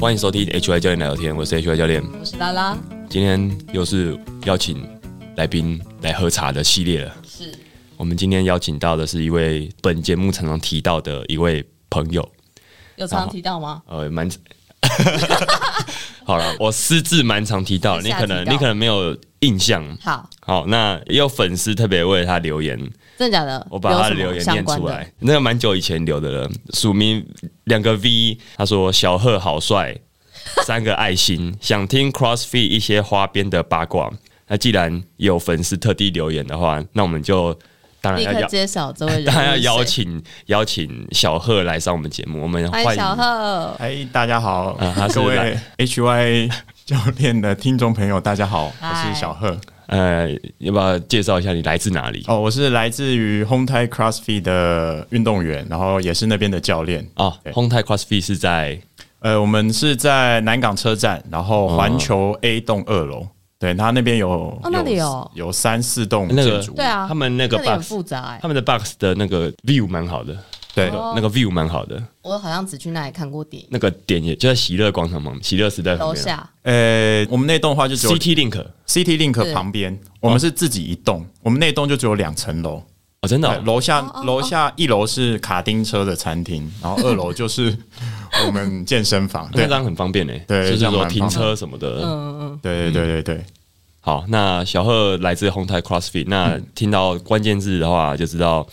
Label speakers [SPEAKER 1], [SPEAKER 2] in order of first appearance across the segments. [SPEAKER 1] 欢迎收听 HY 教练聊天，我是 HY 教练。
[SPEAKER 2] 我是拉拉，
[SPEAKER 1] 今天又是邀请来宾来喝茶的系列了。
[SPEAKER 2] 是
[SPEAKER 1] 我们今天邀请到的是一位本节目常常提到的一位朋友，
[SPEAKER 2] 有常提到吗？
[SPEAKER 1] 呃， 蛮好了，我私自蛮常提到，你可
[SPEAKER 2] 私下提
[SPEAKER 1] 能
[SPEAKER 2] 到
[SPEAKER 1] 你可能没有印象。
[SPEAKER 2] 好，
[SPEAKER 1] 好，那也有粉丝特别为他留言，
[SPEAKER 2] 真的假的？
[SPEAKER 1] 我把他的
[SPEAKER 2] 有
[SPEAKER 1] 留
[SPEAKER 2] 什么
[SPEAKER 1] 言
[SPEAKER 2] 相
[SPEAKER 1] 念
[SPEAKER 2] 关
[SPEAKER 1] 出
[SPEAKER 2] 的
[SPEAKER 1] 来，那个蛮久以前留的了，署名两个 V，他说小贺好 帅，三个爱心，想听 CrossFit 一些花边的八卦。那既然有粉丝特地留言的话，那我们就当然
[SPEAKER 2] 立
[SPEAKER 1] 要
[SPEAKER 2] 刻
[SPEAKER 1] 邀，
[SPEAKER 2] 揭晓这位人物是谁。
[SPEAKER 1] 当然要邀请邀请小贺来上我们节目，我们
[SPEAKER 2] 欢
[SPEAKER 1] 欢
[SPEAKER 2] 迎
[SPEAKER 1] 迎
[SPEAKER 2] 小贺。
[SPEAKER 3] 哎，大家好，
[SPEAKER 1] 啊他是
[SPEAKER 3] 各位
[SPEAKER 1] 来
[SPEAKER 3] HY 教练的听众朋友，大家好，我
[SPEAKER 2] 嗨
[SPEAKER 3] 是小贺。
[SPEAKER 1] 呃，要不要介绍一下你来自哪里？
[SPEAKER 3] 哦，我是来自于 Home t a i CrossFit 的运动员，然后也是那边的教练。
[SPEAKER 1] 哦，
[SPEAKER 3] 对
[SPEAKER 1] 红泰 CrossFit 是在
[SPEAKER 3] 呃，我们是在南港车站，然后环球
[SPEAKER 1] 哦
[SPEAKER 3] A 栋二楼。对，他那边有哦
[SPEAKER 2] 那里有
[SPEAKER 3] 有三四栋
[SPEAKER 1] 那个
[SPEAKER 3] 建筑物，
[SPEAKER 2] 对啊，
[SPEAKER 1] 他们那个
[SPEAKER 2] 这里很
[SPEAKER 1] box
[SPEAKER 2] 复杂哎
[SPEAKER 1] 他，们的 Box 的那个 view 蛮好的，
[SPEAKER 3] 对
[SPEAKER 2] 哦
[SPEAKER 1] 那个 view 蛮好的。
[SPEAKER 2] 我好像只去那里看过电影，
[SPEAKER 1] 那个点也就在喜乐广场旁，喜乐时代旁
[SPEAKER 2] 楼
[SPEAKER 1] 边
[SPEAKER 2] 下
[SPEAKER 3] 呃，我们那栋的话就只有
[SPEAKER 1] CT Link
[SPEAKER 2] 是
[SPEAKER 3] CT Link 旁边，我们是自己一栋，我们那栋就只有两层楼。
[SPEAKER 1] 哦，真的
[SPEAKER 3] 对
[SPEAKER 1] 哦
[SPEAKER 3] 楼下
[SPEAKER 2] 哦哦
[SPEAKER 3] 楼下一楼是卡丁车的餐厅，然后二楼就是 我们健身房。
[SPEAKER 1] 那
[SPEAKER 3] 对
[SPEAKER 1] 这样很方便呢。欸
[SPEAKER 3] 对
[SPEAKER 1] 就是
[SPEAKER 3] 这样
[SPEAKER 1] 说
[SPEAKER 3] 蛮方
[SPEAKER 1] 停
[SPEAKER 3] 便
[SPEAKER 1] 车什么
[SPEAKER 2] 嗯
[SPEAKER 1] 的。
[SPEAKER 3] 对对对对
[SPEAKER 1] 嗯
[SPEAKER 3] 对，
[SPEAKER 1] 好，那小贺来自红台 CrossFit，那听到关键字的话就知道。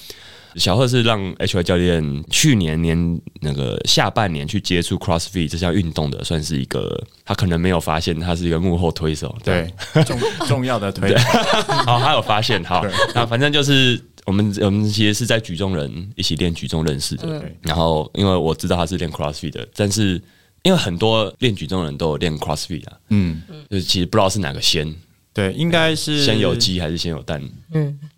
[SPEAKER 1] 小贺是让 HY 教练去年年那个下半年去接触 CrossFit 这项运动的，算是一个他可能没有发现，他是一个幕后推手。这样
[SPEAKER 3] 对，重 重要的推广，
[SPEAKER 1] 好，他有发现。好
[SPEAKER 3] 对，
[SPEAKER 1] 那反正就是我们我们其实是在举重人一起练举重认识的。
[SPEAKER 3] 对
[SPEAKER 1] 然后因为我知道他是练 CrossFit 的，但是因为很多练举重的人都有练 CrossFit 啊，
[SPEAKER 3] 嗯，
[SPEAKER 1] 就是其实不知道是哪个先，
[SPEAKER 3] 对，应该是
[SPEAKER 1] 先有，鸡还是先有蛋？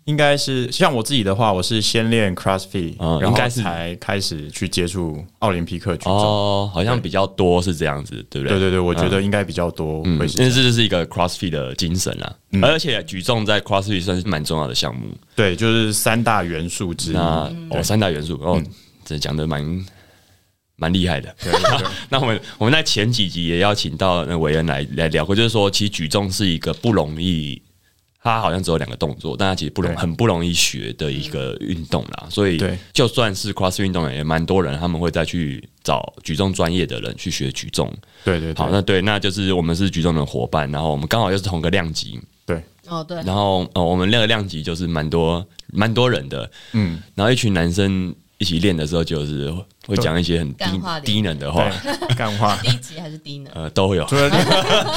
[SPEAKER 3] 应该是像我自己的话，我是先练 CrossFit，
[SPEAKER 1] 嗯
[SPEAKER 3] 然
[SPEAKER 1] 应
[SPEAKER 3] 后
[SPEAKER 1] 该是
[SPEAKER 3] 才开始去接触奥林匹克举重。
[SPEAKER 1] 哦，好像比较多是这样子，对不对？
[SPEAKER 3] 对对对，我觉得应该比较多
[SPEAKER 1] 嗯。
[SPEAKER 3] 会
[SPEAKER 1] 嗯
[SPEAKER 3] 是，这
[SPEAKER 1] 但
[SPEAKER 3] 样嗯
[SPEAKER 1] 是这就是一个 CrossFit 的精神啦、而且举重在 CrossFit 算是蛮重要的项目。
[SPEAKER 3] 对，就是三大元素之一。
[SPEAKER 1] 那哦，
[SPEAKER 3] 嗯对嗯
[SPEAKER 1] 三大元素哦，这讲的蛮蛮厉害的。
[SPEAKER 3] 对对对
[SPEAKER 1] 那我们我们在前几集也邀请到那韦恩来来聊过，就是说，其实举重是一个不容易，它好像只有两个动作，但它其实不容
[SPEAKER 3] 对
[SPEAKER 1] 很不容易学的一个运动啦。所以
[SPEAKER 3] 对，
[SPEAKER 1] 就算是 cross 运动员，也蛮多人他们会再去找举重专业的人去学举重。
[SPEAKER 3] 对对，
[SPEAKER 1] 好，那对，那就是我们是举重的伙伴，然后我们刚好又是同个量级，
[SPEAKER 3] 对
[SPEAKER 2] 哦，对，
[SPEAKER 1] 然后呃，我们那个量级就是蛮多蛮多人的，
[SPEAKER 3] 嗯，
[SPEAKER 1] 然后一群男生一起练的时候，就是会讲一些很低
[SPEAKER 2] 干话
[SPEAKER 1] 低能的话。
[SPEAKER 3] 对，干话。
[SPEAKER 2] 低级还是低能？
[SPEAKER 1] 呃，都会有，
[SPEAKER 3] 除了练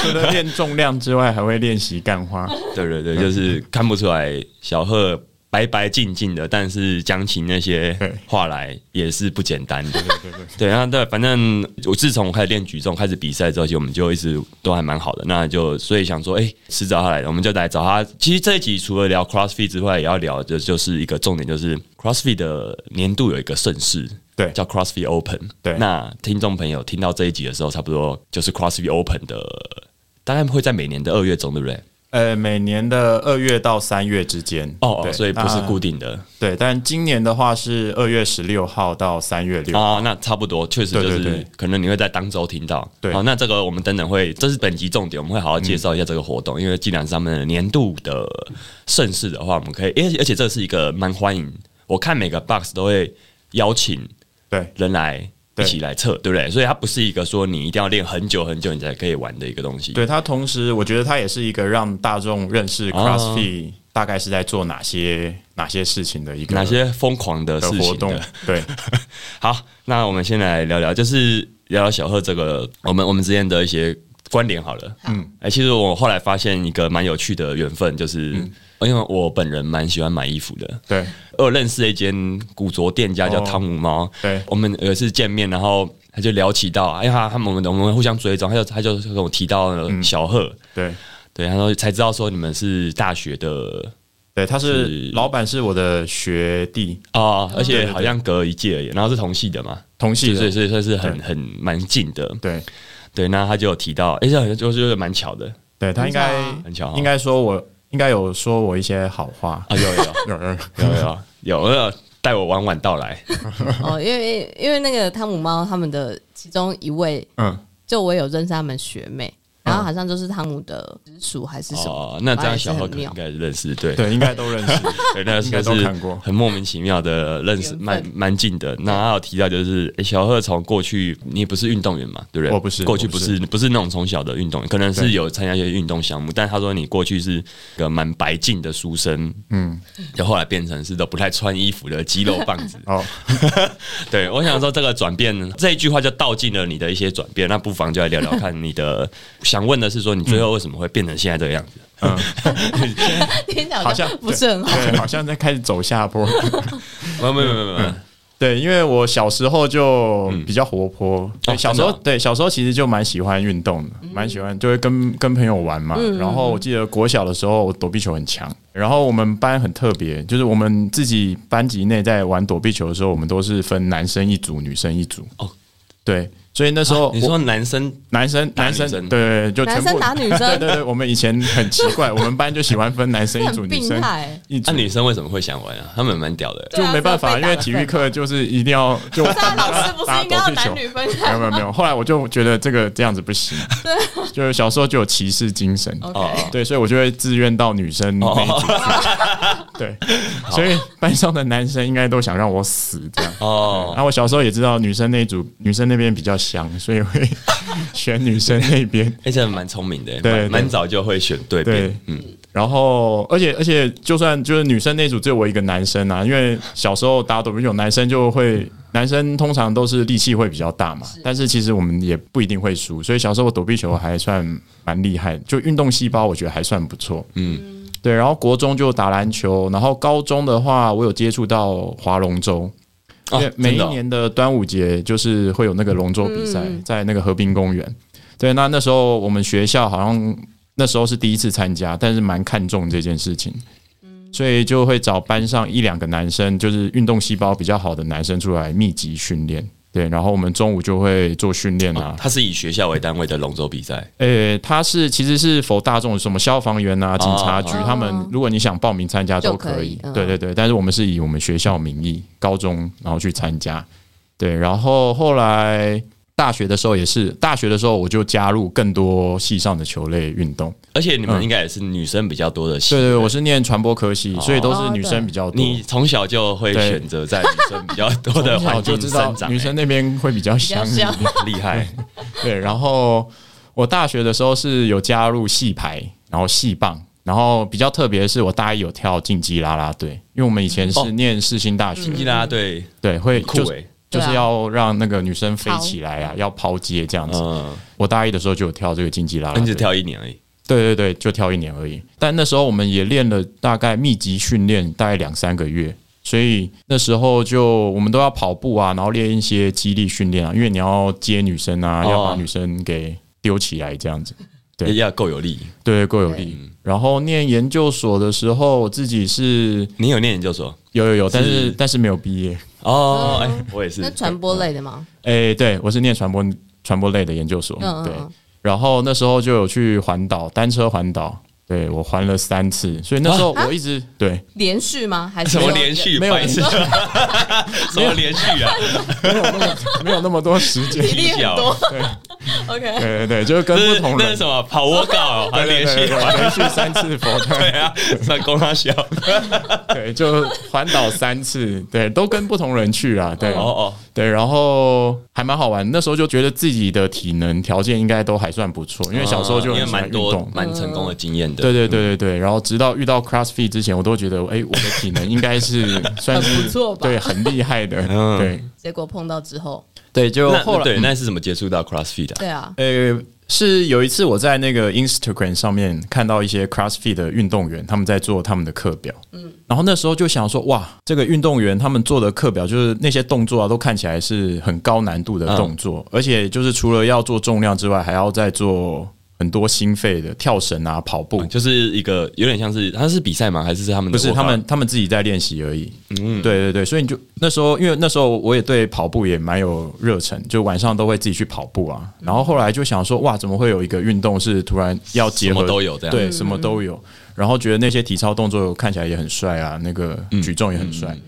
[SPEAKER 3] 除了练重量之外，还会练习干花。
[SPEAKER 1] 对对对，就是看不出来小贺白白净净的，但是讲起那些
[SPEAKER 3] 对
[SPEAKER 1] 话来也是不简单的。
[SPEAKER 3] 对对对，
[SPEAKER 1] 对，然后对，反正我自从开始练举重、开始比赛之后，其实我们就一直都还蛮好的。那就所以想说，哎、迟早他来，我们就来找他。其实这一集除了聊 CrossFit 之外，也要聊的就是一个重点，就是 CrossFit 的年度有一个盛事，
[SPEAKER 3] 对
[SPEAKER 1] 叫 CrossFit Open。
[SPEAKER 3] 对
[SPEAKER 1] 那听众朋友听到这一集的时候，差不多就是 CrossFit Open 的，大概会在每年的二月中，对不对？
[SPEAKER 3] 呃，每年的二月到三月之间
[SPEAKER 1] 哦，
[SPEAKER 3] 对
[SPEAKER 1] 所以不是
[SPEAKER 3] 那
[SPEAKER 1] 固定的
[SPEAKER 3] 对，但今年的话是二月十六号到三月六、
[SPEAKER 1] 啊、那差不多，确实就
[SPEAKER 3] 对对
[SPEAKER 1] 是
[SPEAKER 3] 对
[SPEAKER 1] 可能你会在当周听到。哦
[SPEAKER 3] 对
[SPEAKER 1] 好，那这个我们等等会，这是本集重点，我们会好好介绍一下这个活动，
[SPEAKER 3] 嗯
[SPEAKER 1] 因为既然是他们的年度的盛事的话，我们可以，而且而且这是一个蛮欢迎，我看每个 box 都会邀请
[SPEAKER 3] 对
[SPEAKER 1] 人来。一
[SPEAKER 3] 对
[SPEAKER 1] 起来测，对不对？所以它不是一个说你一定要练很久很久你才可以玩的一个东西。
[SPEAKER 3] 对，它同时我觉得它也是一个让大众认识
[SPEAKER 1] 啊
[SPEAKER 3] CrossFit 大概是在做哪些哪些事情的一个
[SPEAKER 1] 哪些疯狂的事
[SPEAKER 3] 的
[SPEAKER 1] 情
[SPEAKER 3] 活动
[SPEAKER 1] 的。
[SPEAKER 3] 对，
[SPEAKER 1] 好，那我们先来聊聊，就是聊聊小贺这个我们我们之间的一些关联好了。嗯，哎、其实我后来发现一个蛮有趣的缘分，就是、因为我本人蛮喜欢买衣服的，
[SPEAKER 3] 嗯对，
[SPEAKER 1] 我有认识一间古着店家叫
[SPEAKER 3] 哦
[SPEAKER 1] 汤姆猫，
[SPEAKER 3] 对
[SPEAKER 1] 我们有一次见面，然后他就聊起到，哎呀，他们我们我们互相追踪，他就他就跟我提到了小贺，
[SPEAKER 3] 对，
[SPEAKER 1] 对，他说才知道说你们是大学的。
[SPEAKER 3] 对，他
[SPEAKER 1] 是
[SPEAKER 3] 是老板是我的学弟，
[SPEAKER 1] 哦，而
[SPEAKER 3] 对
[SPEAKER 1] 且
[SPEAKER 3] 对对
[SPEAKER 1] 好像隔一届而已，然后是同系的嘛，
[SPEAKER 3] 同系
[SPEAKER 1] 对，
[SPEAKER 3] 的，
[SPEAKER 1] 所以所以算是很
[SPEAKER 3] 对
[SPEAKER 1] 很蛮近的。
[SPEAKER 3] 对，
[SPEAKER 1] 对，那他就有提到，而且就就是蛮巧的，
[SPEAKER 3] 对他应该
[SPEAKER 1] 很巧哈，
[SPEAKER 3] 应该说我应该有说我一些好话， 嗯
[SPEAKER 1] 啊有有
[SPEAKER 3] 有有
[SPEAKER 1] 有有有有有带我晚晚到来，
[SPEAKER 2] 哦，因为因为那个汤姆猫他们的其中一位
[SPEAKER 3] 嗯，
[SPEAKER 2] 就我有认识他们学妹，然后好像就是汤姆的直属还是什么，
[SPEAKER 1] 嗯哦，那这样小
[SPEAKER 2] 哇
[SPEAKER 1] 贺
[SPEAKER 2] 也是很
[SPEAKER 1] 可能
[SPEAKER 2] 妙
[SPEAKER 1] 应该认识，对
[SPEAKER 3] 对，应该都 认识。
[SPEAKER 1] 对，那
[SPEAKER 3] 应该
[SPEAKER 1] 算
[SPEAKER 3] 都
[SPEAKER 1] 是
[SPEAKER 3] 看过
[SPEAKER 1] 很莫名其妙的认识，
[SPEAKER 2] 缘分
[SPEAKER 1] 蛮蛮近的。那还有提到就是，诶小贺从过去你也不是运动员嘛，对不对？
[SPEAKER 3] 我不是
[SPEAKER 1] 过去
[SPEAKER 3] 我
[SPEAKER 1] 不
[SPEAKER 3] 不
[SPEAKER 1] 是
[SPEAKER 3] 是
[SPEAKER 1] 不是那种从小的运动员，可能是
[SPEAKER 3] 对
[SPEAKER 1] 有参加一些运动项目，但他说你过去是个蛮白净的书生，
[SPEAKER 3] 嗯，
[SPEAKER 1] 就后来变成是都不太穿衣服的肌肉棒子。
[SPEAKER 3] 哦，
[SPEAKER 1] 对，我想说这个转变，这一句话就道尽了你的一些转变。那不妨就来聊聊看你的。想问的是说，你最后为什么会变成现在这个样子？
[SPEAKER 3] 嗯，
[SPEAKER 2] 听起来
[SPEAKER 3] 好
[SPEAKER 2] 好
[SPEAKER 3] 像
[SPEAKER 2] 像不是很好。
[SPEAKER 3] 对，好像在开始走下坡。
[SPEAKER 1] 没有没有没有没有没有，
[SPEAKER 3] 对，因为我小时候就比较活泼，对，小时候
[SPEAKER 1] 嗯真的啊
[SPEAKER 3] 对小时候其实就蛮喜欢运动
[SPEAKER 2] 嗯
[SPEAKER 3] 的，蛮喜欢，就会跟跟朋友玩嘛。然后我记得国小的时候，我躲避球很强。然后我们班很特别，就是我们自己班级内在玩躲避球的时候，我们都是分男生一组，女生一组。
[SPEAKER 1] 哦
[SPEAKER 3] 哦，对，所以那时候、
[SPEAKER 1] 啊你说男生
[SPEAKER 3] 男生
[SPEAKER 1] 打
[SPEAKER 3] 男
[SPEAKER 1] 女
[SPEAKER 3] 生
[SPEAKER 1] 生
[SPEAKER 3] 对对对，就
[SPEAKER 2] 男
[SPEAKER 3] 全
[SPEAKER 2] 生
[SPEAKER 3] 部
[SPEAKER 2] 打女
[SPEAKER 3] 对
[SPEAKER 2] 生，
[SPEAKER 3] 对对，我们以前很奇怪，我们班就喜欢分男生一组，
[SPEAKER 2] 很
[SPEAKER 3] 女
[SPEAKER 2] 病
[SPEAKER 3] 生
[SPEAKER 2] 态。欸
[SPEAKER 3] 一
[SPEAKER 1] 那、
[SPEAKER 3] 组，
[SPEAKER 1] 啊女生为什么会想玩啊？她们蛮屌的、
[SPEAKER 2] 对
[SPEAKER 3] 就
[SPEAKER 2] 啊
[SPEAKER 3] 没办法，
[SPEAKER 2] 是要被
[SPEAKER 3] 因
[SPEAKER 2] 打
[SPEAKER 3] 为
[SPEAKER 2] 的
[SPEAKER 3] 体育课就是一定要就
[SPEAKER 2] 那老 师不是应该要
[SPEAKER 3] 打躲
[SPEAKER 2] 男
[SPEAKER 3] 避球
[SPEAKER 2] 女分
[SPEAKER 3] 没
[SPEAKER 2] 开
[SPEAKER 3] 有没有没有，后来我就觉得这个这样子不行，
[SPEAKER 2] 啊
[SPEAKER 3] 就是小时候就有歧视精神，
[SPEAKER 2] ？OK，
[SPEAKER 1] 哦
[SPEAKER 3] 对，所以我就会自愿到女生那一组 去，对，所以班上的男生应该都想让我死这样。然
[SPEAKER 1] 哦，
[SPEAKER 3] 后我小时候也知道女生那一组，女生那边比较香，所以会 选女生那边。
[SPEAKER 1] 而且蛮聪哎明的、
[SPEAKER 3] 对
[SPEAKER 1] 蛮
[SPEAKER 3] 对
[SPEAKER 1] 蛮早就会选对边
[SPEAKER 3] 对。
[SPEAKER 1] 嗯，
[SPEAKER 3] 然后，而且而且，就算就是女生那组只有我一个男生啊，因为小时候打躲避球，男生就会，男生通常都是力气会比较大嘛，但是其实我们也不一定会输，所以小时候我躲避球还算蛮厉害，就运动细胞我觉得还算不错。
[SPEAKER 1] 嗯
[SPEAKER 3] 嗯，对。然后国中就打篮球，然后高中的话，我有接触到划龙舟。因为
[SPEAKER 1] 哦真
[SPEAKER 3] 每一
[SPEAKER 1] 的哦
[SPEAKER 3] 年的端午节就是会有那个龙舟比赛，在那个河滨公园。对，那那时候我们学校好像那时候是第一次参加，但是蛮看重这件事情，所以就会找班上一两个男生，就是运动细胞比较好的男生出来密集训练。对，然后我们中午就会做训练啊
[SPEAKER 1] 哦，它是以学校为单位的龙舟比赛，
[SPEAKER 3] 诶、他呃是其实是否大众什么消防员啊、警察局，
[SPEAKER 2] 哦
[SPEAKER 3] 他们如果你想报名参加都
[SPEAKER 2] 就可
[SPEAKER 3] 可
[SPEAKER 2] 以
[SPEAKER 3] 以。
[SPEAKER 2] 嗯
[SPEAKER 3] 对对对，但是我们是以我们学校名义，高中然后去参加。对，然后后来大学的时候也是，大学的时候我就加入更多系上的球类运动。
[SPEAKER 1] 而且你们
[SPEAKER 3] 嗯
[SPEAKER 1] 应该也是女生比较多的系。
[SPEAKER 3] 对对，我是念传播科系，所以都
[SPEAKER 2] 哦
[SPEAKER 3] 是女生
[SPEAKER 2] 对
[SPEAKER 3] 比较多。
[SPEAKER 1] 你从小就会
[SPEAKER 3] 对
[SPEAKER 1] 选择在女生比较多
[SPEAKER 2] 呃
[SPEAKER 1] 的
[SPEAKER 3] 从小
[SPEAKER 1] 环
[SPEAKER 3] 哦就
[SPEAKER 1] 境
[SPEAKER 3] 知道
[SPEAKER 1] 生长、
[SPEAKER 3] 女
[SPEAKER 1] 欸
[SPEAKER 3] 生那边会比较香一点
[SPEAKER 2] 香。
[SPEAKER 1] 厉害
[SPEAKER 3] 对，然后我大学的时候是有加入戏排，然后戏棒，然后比较特别的是，我大一有跳竞技啦啦队，因为我们以前
[SPEAKER 1] 哦
[SPEAKER 3] 是念世新大学，
[SPEAKER 1] 竞技啦啦队
[SPEAKER 3] 对，会
[SPEAKER 1] 很酷
[SPEAKER 3] 就
[SPEAKER 1] 哎、
[SPEAKER 3] 是就是要让那个女生飞起来啊，要抛接这样子。
[SPEAKER 1] 嗯，
[SPEAKER 3] 我大一的时候就有跳这个竞技啦啦
[SPEAKER 1] 你只
[SPEAKER 3] 队，
[SPEAKER 1] 跳一年而已。
[SPEAKER 3] 对对对，就跳一年而已。但那时候我们也练了大概密集训练，大概两三个月。所以那时候就我们都要跑步啊，然后练一些肌力训
[SPEAKER 2] 哦
[SPEAKER 3] 练啊，因为你要接女生啊，
[SPEAKER 1] 哦
[SPEAKER 3] 要把女生给丢起来这样子。对
[SPEAKER 1] 也要够有力。
[SPEAKER 3] 对，够有力。然后念研究所的时候，我自己是
[SPEAKER 1] 你有念研究所
[SPEAKER 3] 有有有，但是
[SPEAKER 1] 是
[SPEAKER 3] 但是没有毕业。
[SPEAKER 1] 哦？哎、
[SPEAKER 3] 嗯
[SPEAKER 1] 我也是
[SPEAKER 2] 那。传播类的吗？
[SPEAKER 3] 哎，对我是念传播传播类的研究所，
[SPEAKER 2] 嗯嗯
[SPEAKER 3] 对
[SPEAKER 2] 嗯。
[SPEAKER 3] 然后那时候就有去环岛，单车环岛，对我环了三次，所以那时候
[SPEAKER 2] 啊
[SPEAKER 3] 我一直、对
[SPEAKER 2] 连续吗？还是
[SPEAKER 1] 什么
[SPEAKER 2] 有
[SPEAKER 1] 连续？
[SPEAKER 3] 没有
[SPEAKER 1] 白痴 什么连续 啊？
[SPEAKER 3] 没有那么多 时间，
[SPEAKER 2] 比例很
[SPEAKER 1] 小
[SPEAKER 2] 多？OK，
[SPEAKER 3] 对对对，就是跟
[SPEAKER 1] 那
[SPEAKER 3] 不
[SPEAKER 1] 是
[SPEAKER 3] 同
[SPEAKER 1] 那是
[SPEAKER 3] 人
[SPEAKER 1] 什。么跑窝稿还连
[SPEAKER 3] 对对对对
[SPEAKER 1] 续？
[SPEAKER 3] 对连续三次佛
[SPEAKER 1] 对
[SPEAKER 3] 台，
[SPEAKER 1] 啊，算公他小。
[SPEAKER 3] 对，就环岛三次，对，都跟不同人去啊，对，
[SPEAKER 1] 哦哦，
[SPEAKER 3] 对，然后还蛮好玩。那时候就觉得自己的体能条件应该都还算不错，因为小时候就
[SPEAKER 1] 哦因为
[SPEAKER 3] 很喜欢
[SPEAKER 1] 蛮
[SPEAKER 3] 运
[SPEAKER 1] 多
[SPEAKER 3] 动。
[SPEAKER 1] 蛮成功的经验的。
[SPEAKER 3] 对对对对对，然后直到遇到 CrossFit 之前，我都觉得，哎，我的体能应该是算是
[SPEAKER 2] 不错吧
[SPEAKER 3] 对，很厉害的。
[SPEAKER 1] 嗯
[SPEAKER 3] 对
[SPEAKER 2] 结果碰到之后，
[SPEAKER 3] 对，就
[SPEAKER 1] 那
[SPEAKER 3] 后
[SPEAKER 1] 对，
[SPEAKER 3] 来，嗯
[SPEAKER 1] 那是怎么接触到 CrossFit 的啊？
[SPEAKER 2] 对啊，
[SPEAKER 3] 呃，是有一次我在那个 Instagram 上面看到一些 CrossFit 的运动员，他们在做他们的课表，嗯，然后那时候就想说，哇，这个运动员他们做的课表就是那些动作啊，都看起来是很高难度的动作，而且就是除了要做重量之外，还要再做很多心肺的跳绳啊、跑步，
[SPEAKER 1] 就是一个有点像是，他是比赛吗？还是是他们的
[SPEAKER 3] 不是
[SPEAKER 1] workout？
[SPEAKER 3] 他们他们自己在练习而已。嗯，对对对，所以你就那时候，因为那时候我也对跑步也蛮有热忱，就晚上都会自己去跑步啊。
[SPEAKER 1] 嗯
[SPEAKER 3] 然后后来就想说，哇，怎么会有一个运动是突然要结
[SPEAKER 1] 什
[SPEAKER 3] 合
[SPEAKER 1] 么都有这样
[SPEAKER 3] 对，什么都有。然后觉得那些体操动作看起来也很帅啊，那个
[SPEAKER 1] 嗯
[SPEAKER 3] 举重也很帅。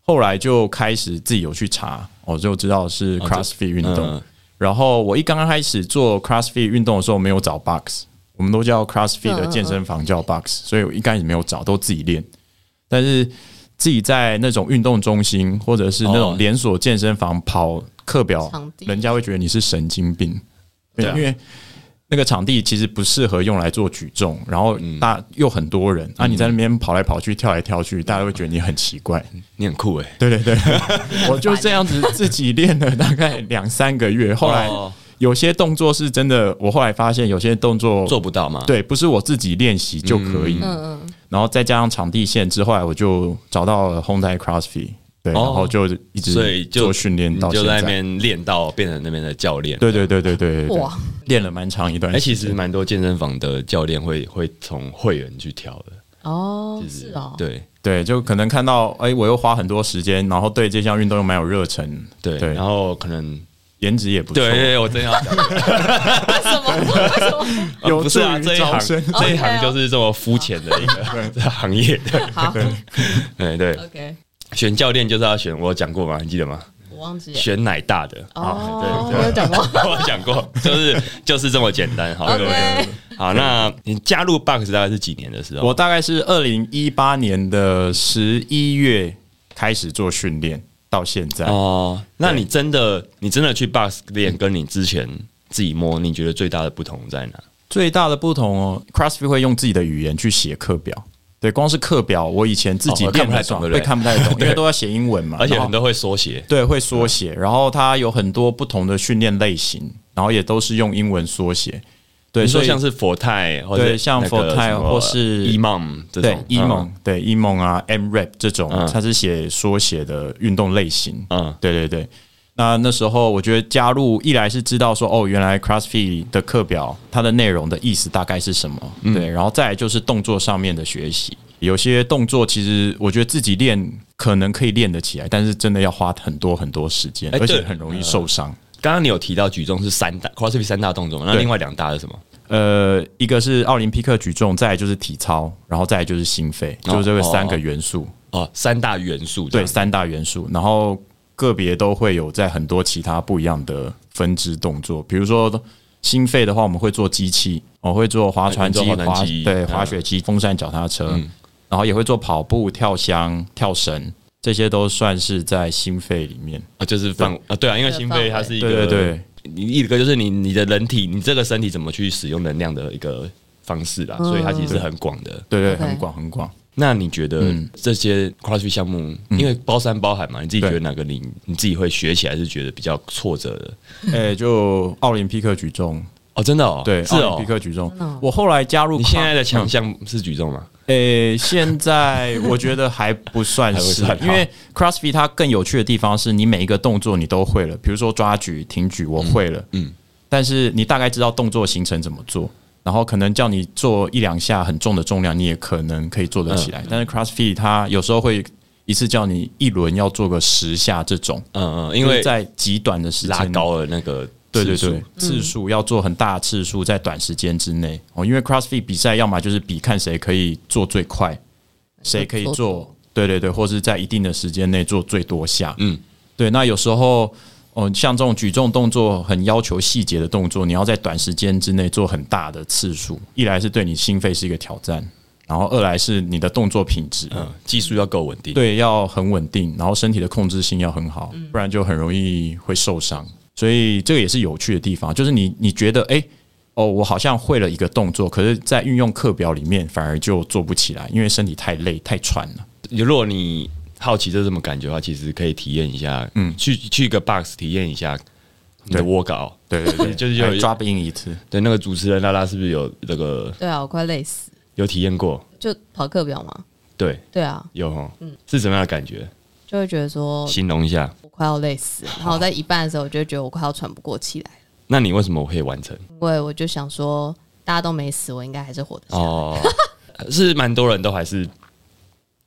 [SPEAKER 3] 后来就开始自己有去查，我就知道是
[SPEAKER 1] 哦
[SPEAKER 3] CrossFit 运动。
[SPEAKER 1] 嗯
[SPEAKER 3] 然后我一刚开始做 CrossFit 运动的时候，没有找 box，我们都叫 CrossFit
[SPEAKER 2] 嗯
[SPEAKER 3] 的健身房叫 box，所以我一开始没有找，都自己练。但是自己在那种运动中心或者是那
[SPEAKER 1] 哦
[SPEAKER 3] 种连锁健身房跑课表
[SPEAKER 2] 场，地
[SPEAKER 3] 人家会觉得你是神经病，对，啊因为那个场地其实不适合用来做举重，然后大又很多人，啊，你在那边跑来跑去、跳来跳去，大家会觉得你很奇怪。
[SPEAKER 1] 你很酷哎，
[SPEAKER 3] 对对对，我就这样子自己练了大概两三个月，后来
[SPEAKER 1] 哦
[SPEAKER 3] 有些动作是真的，我后来发现有些动作
[SPEAKER 1] 做不到吗？，
[SPEAKER 3] 对，不是我自己练习就可以，
[SPEAKER 2] 嗯嗯，
[SPEAKER 3] 然后再加上场地限制，后来我就找到了 Honda CrossFit，对，
[SPEAKER 1] 哦
[SPEAKER 3] 然后就一
[SPEAKER 1] 所以
[SPEAKER 3] 直
[SPEAKER 1] 就
[SPEAKER 3] 做训练
[SPEAKER 1] 你
[SPEAKER 3] 到
[SPEAKER 1] 就
[SPEAKER 3] 现
[SPEAKER 1] 在
[SPEAKER 3] 在
[SPEAKER 1] 那。边练到变成那边的教练。
[SPEAKER 3] 对对对对对对，对
[SPEAKER 2] 哇，
[SPEAKER 3] 练了蛮长一段
[SPEAKER 1] 哎，
[SPEAKER 3] 时
[SPEAKER 1] 其
[SPEAKER 3] 间。
[SPEAKER 1] 实蛮多健身房的教练会会从会员去挑的，
[SPEAKER 2] 哦，
[SPEAKER 1] 其实
[SPEAKER 2] 是哦，
[SPEAKER 1] 对
[SPEAKER 3] 对，就可能看到哎、我又花很多时间，然后对这项运动又蛮有热忱，
[SPEAKER 1] 对，
[SPEAKER 3] 对
[SPEAKER 1] 然后可能
[SPEAKER 3] 颜值也不错，
[SPEAKER 1] 对对，我真 要讲，
[SPEAKER 2] 为什么？为什么？
[SPEAKER 1] 啊不是啊，
[SPEAKER 3] 助
[SPEAKER 1] 这
[SPEAKER 3] 于
[SPEAKER 1] 一行
[SPEAKER 3] 招生
[SPEAKER 1] 这一行
[SPEAKER 2] OK，OK
[SPEAKER 1] 就是这么肤浅的一 个这 行业的，
[SPEAKER 2] 好
[SPEAKER 1] 对对，
[SPEAKER 2] ，OK，
[SPEAKER 1] 选教练就是要选，我有讲过吗？你记得吗？
[SPEAKER 2] 我忘记了。
[SPEAKER 1] 选奶大的，
[SPEAKER 2] 哦，我有讲过，
[SPEAKER 1] 我有讲过，就是就是这么简单，好，
[SPEAKER 2] OK
[SPEAKER 1] 对对好，那你加入 Box 大概是几年的时候？
[SPEAKER 3] 我大概是二零一八年的十一月开始做训练，到现在。
[SPEAKER 1] 哦，那你真的你真的去 Box 练，跟你之前自己摸，你觉得最大的不同在哪？
[SPEAKER 3] 最大的不同哦，CrossFit 会用自己的语言去写课表。对，光是课表，我以前自己
[SPEAKER 1] 哦
[SPEAKER 3] 练的时
[SPEAKER 1] 看
[SPEAKER 3] 候
[SPEAKER 1] 不太懂 对不对
[SPEAKER 3] 会看不太懂，因为都要写英文嘛，
[SPEAKER 1] 而且
[SPEAKER 3] 然后
[SPEAKER 1] 很多会缩写，
[SPEAKER 3] 对会缩写，然后它有很多不同的训练类型，然后也都是用英文缩写。对，
[SPEAKER 1] 你说
[SPEAKER 3] 所以
[SPEAKER 1] 像是佛泰，或者
[SPEAKER 3] 对像
[SPEAKER 1] 那个
[SPEAKER 3] Fortai
[SPEAKER 1] 什么
[SPEAKER 3] 或是
[SPEAKER 1] Emom 这
[SPEAKER 3] 对
[SPEAKER 1] 种
[SPEAKER 3] e m o 对 e m o 啊 m r e p 这种
[SPEAKER 1] 嗯，
[SPEAKER 3] 它是写缩写的运动类型。
[SPEAKER 1] 嗯
[SPEAKER 3] 对对对。那那时候我觉得加入一来是知道说哦，原来 CrossFit 的课表它的内容的意思大概是什么，
[SPEAKER 1] 嗯
[SPEAKER 3] 对，然后再来就是动作上面的学习，有些动作其实我觉得自己练可能可以练得起来，但是真的要花很多很多时间，
[SPEAKER 1] 哎
[SPEAKER 3] 而且
[SPEAKER 1] 对嗯
[SPEAKER 3] 很容易受伤。
[SPEAKER 1] 刚刚你有提到举重是三大 CrossFit 三大动作嘛，那
[SPEAKER 3] 对
[SPEAKER 1] 另外两大是什么？
[SPEAKER 3] 呃，一个是奥林匹克举重，再来就是体操，然后再来就是心肺，
[SPEAKER 1] 哦
[SPEAKER 3] 就是这个
[SPEAKER 1] 哦
[SPEAKER 3] 三
[SPEAKER 1] 哦
[SPEAKER 3] 个元素。
[SPEAKER 1] 哦，三大元素这
[SPEAKER 3] 对
[SPEAKER 1] 样
[SPEAKER 3] 三大元素，然后个别都会有在很多其他不一样的分支动作，比如说心肺的话，我们会做机器，我会做划船机、
[SPEAKER 1] 哎你做划船机
[SPEAKER 3] 对
[SPEAKER 1] 嗯
[SPEAKER 3] 滑雪机、风扇、脚踏车，然后也会做跑步、跳箱、跳绳，这些都算是在心肺里面。
[SPEAKER 1] 啊，就是放啊，对啊，因为
[SPEAKER 2] 这个
[SPEAKER 1] 心肺
[SPEAKER 2] 范
[SPEAKER 1] 它
[SPEAKER 2] 围
[SPEAKER 1] 是一个
[SPEAKER 3] 对对对，
[SPEAKER 1] 你一个就是你你的人体，你这个身体怎么去使用能量的一个方式啦，所以它其实是很广的。
[SPEAKER 3] 对对，
[SPEAKER 2] OK
[SPEAKER 3] 很广很广。
[SPEAKER 1] 那你觉得
[SPEAKER 3] 嗯
[SPEAKER 1] 这些 CrossFit 项目，因为包山包海嘛，你自己觉得
[SPEAKER 3] 对
[SPEAKER 1] 哪个你你自己会学起来是觉得比较挫折的？
[SPEAKER 3] 哎，就奥林匹克举重，
[SPEAKER 1] 哦，真的哦，
[SPEAKER 3] 对，
[SPEAKER 1] 是
[SPEAKER 3] 奥林
[SPEAKER 1] 哦
[SPEAKER 3] 匹。克举重
[SPEAKER 2] 真的哦。
[SPEAKER 3] 我后来加入
[SPEAKER 1] 你现在的
[SPEAKER 3] 强
[SPEAKER 1] 强项是举重吗？
[SPEAKER 3] 诶、呃现在我觉得还不算是
[SPEAKER 1] 还不算，好
[SPEAKER 3] 因为 CrossFit 它更有趣的地方是你每一个动作你都会了，比如说抓举、挺举，我会了，嗯，但是你大概知道动作行程怎么做，然后可能叫你做一两下很重的重量，你也可能可以做得起
[SPEAKER 1] 嗯
[SPEAKER 3] 来，但是 CrossFit 它有时候会一次叫你一轮要做个十下这种，
[SPEAKER 1] 嗯嗯，因
[SPEAKER 3] 就是
[SPEAKER 1] 为
[SPEAKER 3] 在极短的时间
[SPEAKER 1] 拉
[SPEAKER 3] 内
[SPEAKER 1] 高了那个
[SPEAKER 3] 对对
[SPEAKER 1] 次数嗯
[SPEAKER 3] 对，次数要做很大的次数，在短时间之内哦，因为 CrossFit 比赛要么就是比看谁可以做最快，谁可以
[SPEAKER 2] 做
[SPEAKER 3] 做，对对对，或是在一定的时间内做最多下，
[SPEAKER 1] 嗯
[SPEAKER 3] 嗯，对。那有时候哦，像这种举重动作很要求细节的动作，你要在短时间之内做很大的次数，一来是对你心肺是一个挑战，然后二来是你的动作品质，
[SPEAKER 1] 嗯技术要够稳定。
[SPEAKER 3] 对，要很稳定，然后身体的控制性要很好，不然就很容易会受伤。所以这个也是有趣的地方，就是你你觉得诶，哦，我好像会了一个动作，可是，在运用课表里面反而就做不起来，因为身体太累太喘了。
[SPEAKER 1] 如果你好奇这是什么感觉的话，其实可以体验一下，嗯，去去一个 box 体验一下你的
[SPEAKER 3] 对
[SPEAKER 1] workout。
[SPEAKER 3] 对对 对，
[SPEAKER 1] 就是有
[SPEAKER 3] 抓不赢一次。
[SPEAKER 1] 对，那个主持人拉拉是不是有那个
[SPEAKER 2] 对啊，我快累死，
[SPEAKER 1] 有体验过？
[SPEAKER 2] 就跑课表嘛，
[SPEAKER 1] 对，
[SPEAKER 2] 对啊，
[SPEAKER 1] 有哦，是什么样的感觉？
[SPEAKER 2] 就会觉得说
[SPEAKER 1] 形容一下。
[SPEAKER 2] 我快要累死了，然后在一半的时候，我就觉得我快要喘不过气来了，
[SPEAKER 1] 那你为什么可以完成？
[SPEAKER 2] 因为我就想说大家都没死，我应该还是活得下来。
[SPEAKER 1] 哦， 是蛮多人都还是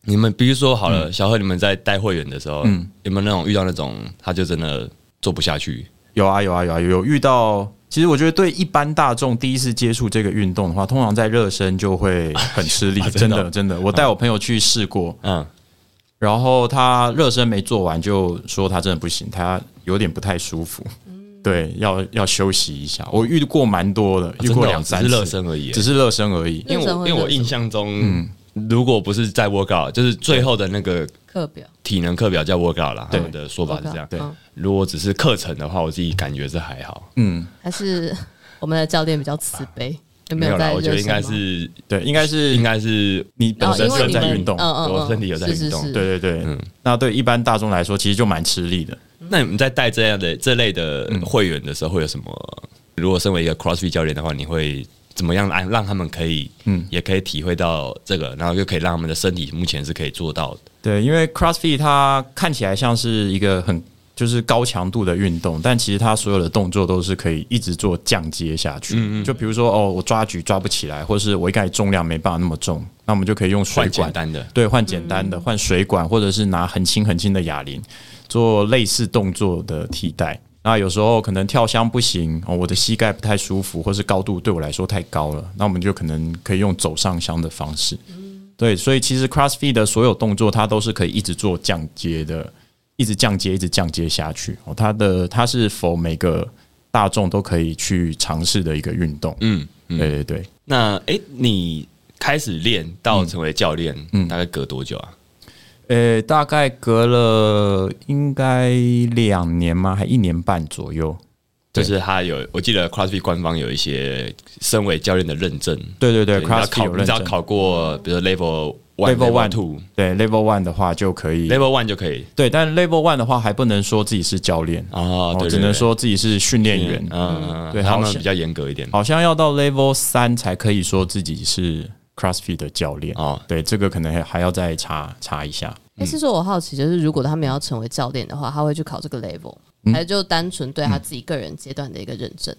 [SPEAKER 1] 你们，比如说好了，小贺，你们在带会员的时候，有没有那种遇到那种他就真的做不下去？
[SPEAKER 3] 有啊有啊有啊有遇到。其实我觉得对一般大众第一次接触这个运动的话，通常在热身就会很吃 力，
[SPEAKER 1] 啊真
[SPEAKER 3] 真
[SPEAKER 1] 的
[SPEAKER 3] 的哦真的。我带我朋友去试过，
[SPEAKER 1] 嗯，
[SPEAKER 3] 然后他热身没做完就说他真的不行，他有点不太舒服。对，要要休息一下。我遇过蛮多
[SPEAKER 1] 啊
[SPEAKER 3] 的，遇过两三
[SPEAKER 1] 哦只
[SPEAKER 3] 次，
[SPEAKER 1] 是热身而已
[SPEAKER 3] 只。是热身而已。
[SPEAKER 1] 因为
[SPEAKER 2] 热身
[SPEAKER 1] 我
[SPEAKER 2] 会
[SPEAKER 1] 因为我
[SPEAKER 2] 热身
[SPEAKER 1] 印象中，如果不是在 workout，就是最后的那个
[SPEAKER 2] 课表
[SPEAKER 1] 体能课表叫 workout 啦，他
[SPEAKER 3] 对
[SPEAKER 1] 们的说法是这样。
[SPEAKER 2] 对嗯
[SPEAKER 1] 如果只是课程的话，我自己感觉是还好，
[SPEAKER 3] 嗯，
[SPEAKER 2] 还是我们的教练比较慈悲，有
[SPEAKER 1] 没
[SPEAKER 2] 有
[SPEAKER 1] 啦。
[SPEAKER 2] 在
[SPEAKER 1] 我觉
[SPEAKER 2] 热
[SPEAKER 1] 得应该
[SPEAKER 2] 身吗？
[SPEAKER 1] 是
[SPEAKER 3] 对，应该是
[SPEAKER 1] 应该是
[SPEAKER 3] 你
[SPEAKER 2] 哦
[SPEAKER 3] 本身
[SPEAKER 2] 因为
[SPEAKER 3] 就
[SPEAKER 2] 你
[SPEAKER 3] 在
[SPEAKER 2] 们
[SPEAKER 3] 运动，
[SPEAKER 2] 嗯嗯
[SPEAKER 1] 我
[SPEAKER 2] 嗯，
[SPEAKER 1] 身体有在运动
[SPEAKER 2] 是是是
[SPEAKER 3] 对对对，
[SPEAKER 1] 嗯
[SPEAKER 3] 那对一般大众来说，其实就蛮吃力的。
[SPEAKER 1] 那你们在带这样的这类的
[SPEAKER 3] 嗯
[SPEAKER 1] 会员的时候，会有什么？如果身为一个 CrossFit 教练的话，你会怎么样来让他们可以，嗯，也可以体会到这个，然后又可以让他们的身体目前是可以做到的。
[SPEAKER 3] 对，因为 CrossFit 它看起来像是一个很就是高强度的运动，但其实它所有的动作都是可以一直做降阶下
[SPEAKER 1] 嗯
[SPEAKER 3] 去。就比如说哦，我抓举抓不起来，或是我一开始重量没办法那么重，那我们就可以用水
[SPEAKER 1] 换
[SPEAKER 3] 管
[SPEAKER 1] 简单的，
[SPEAKER 3] 对，换简单的，换水管，或者是拿很轻很轻的哑铃做类似动作的替代。那有时候可能跳箱不行哦，我的膝盖不太舒服，或是高度对我来说太高了，那我们就可能可以用走上箱的方式。对，所以其实 CrossFit 的所有动作，它都是可以一直做降阶的，一直降阶，一直降阶下去。哦，它的它是否每个大众都可以去尝试的一个运动？
[SPEAKER 1] 嗯，
[SPEAKER 3] 对对对。
[SPEAKER 1] 那诶，你开始练到成为教练，
[SPEAKER 3] 嗯
[SPEAKER 1] 大概隔多久啊？
[SPEAKER 3] 呃、大概隔了应该两年吗？还一年半左右。
[SPEAKER 1] 就
[SPEAKER 3] 对
[SPEAKER 1] 是他有，我记得 CrossFit 官方有一些身为教练的认证，
[SPEAKER 3] 对对对
[SPEAKER 1] 你要
[SPEAKER 3] ，CrossFit
[SPEAKER 1] 考，
[SPEAKER 3] 有
[SPEAKER 1] 你
[SPEAKER 3] 认
[SPEAKER 1] 只要
[SPEAKER 3] 证。
[SPEAKER 1] 考过，比如说 Level One、
[SPEAKER 3] Level
[SPEAKER 1] Level
[SPEAKER 3] One
[SPEAKER 1] Two、
[SPEAKER 3] 对 Level One 的话就可以。
[SPEAKER 1] Level One 就可以
[SPEAKER 3] 对，但 Level One 的话还不能说自己是教练，
[SPEAKER 1] 啊，对，
[SPEAKER 3] 哦只能说自己是训练员。
[SPEAKER 1] 嗯，
[SPEAKER 3] 对
[SPEAKER 1] 他
[SPEAKER 3] 好
[SPEAKER 1] 们
[SPEAKER 3] 像
[SPEAKER 1] 比较严格一点。
[SPEAKER 3] 好像要到 Level 三才可以说自己是 CrossFit 的教练。
[SPEAKER 1] 哦
[SPEAKER 3] 对，这个可能还还要再查查一下。
[SPEAKER 2] 哎、是说我好奇，就是如果他们要成为教练的话，他会去考这个 level，、还
[SPEAKER 1] 嗯
[SPEAKER 2] 是就单纯对他自己个人阶段的一个认证？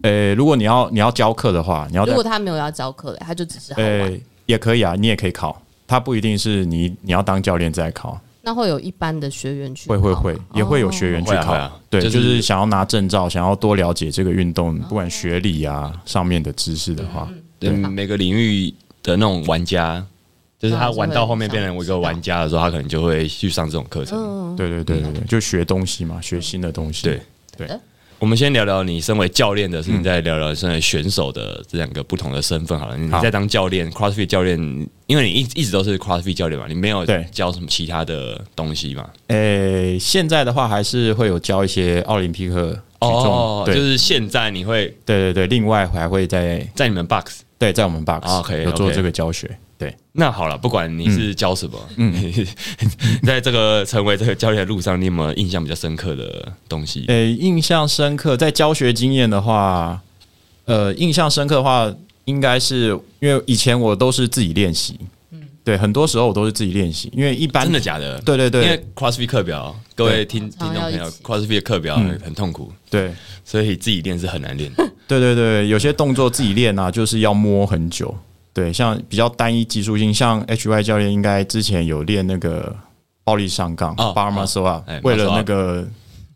[SPEAKER 3] 呃，如果你要你要教课的话，你要在
[SPEAKER 2] 如果他没有要教课嘞，他就只是好玩。
[SPEAKER 3] 呃也可以啊，你也可以考。它不一定是你你要当教练再考，
[SPEAKER 2] 那会有一般的学员去
[SPEAKER 3] 会会
[SPEAKER 2] 考
[SPEAKER 3] 会
[SPEAKER 2] 吗，哦
[SPEAKER 3] 也会有学员去
[SPEAKER 1] 会啊
[SPEAKER 3] 考，
[SPEAKER 1] 会啊
[SPEAKER 3] 对，
[SPEAKER 1] 就
[SPEAKER 3] 就是是、想要拿证照，想要多了解这个运动，不管学理啊上面的知识的话，
[SPEAKER 1] 对每个领域的那种玩家，就是
[SPEAKER 2] 对
[SPEAKER 1] 他
[SPEAKER 2] 还是
[SPEAKER 1] 玩到
[SPEAKER 2] 哦会
[SPEAKER 1] 后面
[SPEAKER 2] 想
[SPEAKER 1] 变成一
[SPEAKER 2] 知
[SPEAKER 1] 个
[SPEAKER 2] 道嗯
[SPEAKER 1] 玩家的时候，他可能就会去上这种课程。
[SPEAKER 3] 对对对对对，就学东西嘛，学新的东西，
[SPEAKER 1] 对，
[SPEAKER 3] 对，
[SPEAKER 1] 我们先聊聊你身为教练的事情，再聊聊身为选手的这两个不同的身份好了。你
[SPEAKER 3] 好
[SPEAKER 1] 在当教练，CrossFit 教练，因为你一一直都是 CrossFit 教练嘛，你没有
[SPEAKER 3] 对
[SPEAKER 1] 教什么其他的东西嘛？
[SPEAKER 3] 诶、现在的话还是会有教一些奥林匹克举重，
[SPEAKER 1] 哦，
[SPEAKER 3] 对、
[SPEAKER 1] 就是现在你会
[SPEAKER 3] 对对对，另外还会在
[SPEAKER 1] 在你们 box。
[SPEAKER 3] 对在我们 box、
[SPEAKER 1] 啊，OK，OK
[SPEAKER 3] 有做这个教学，对，
[SPEAKER 1] 那好了，不管你是教什么，嗯， 在这个成为这个教练的路上，你有没有印象比较深刻的东西？
[SPEAKER 3] 诶、印象深刻，在教学经验的话，呃，印象深刻的话，应该是因为以前我都是自己练习，对，很多时候我都是自己练习，因为一般
[SPEAKER 1] 真的假的？
[SPEAKER 3] 对对对
[SPEAKER 1] 因为 CrossFit 课表，各位
[SPEAKER 3] 对嗯
[SPEAKER 1] 听听众
[SPEAKER 2] 常常
[SPEAKER 1] 朋
[SPEAKER 2] 要
[SPEAKER 1] 友
[SPEAKER 2] 一起
[SPEAKER 1] ，CrossFit 的课表很痛苦，
[SPEAKER 3] 对
[SPEAKER 1] 所以自己练是很难练的。
[SPEAKER 3] 对对对，有些动作自己练啊，就是要摸很久。对，像比较单一技术性，像 HY 教练应该之前有练那个暴力上杠
[SPEAKER 1] 哦
[SPEAKER 3] （bar muscle 啊
[SPEAKER 1] 哎，
[SPEAKER 3] 为了
[SPEAKER 1] muscle up
[SPEAKER 3] 那个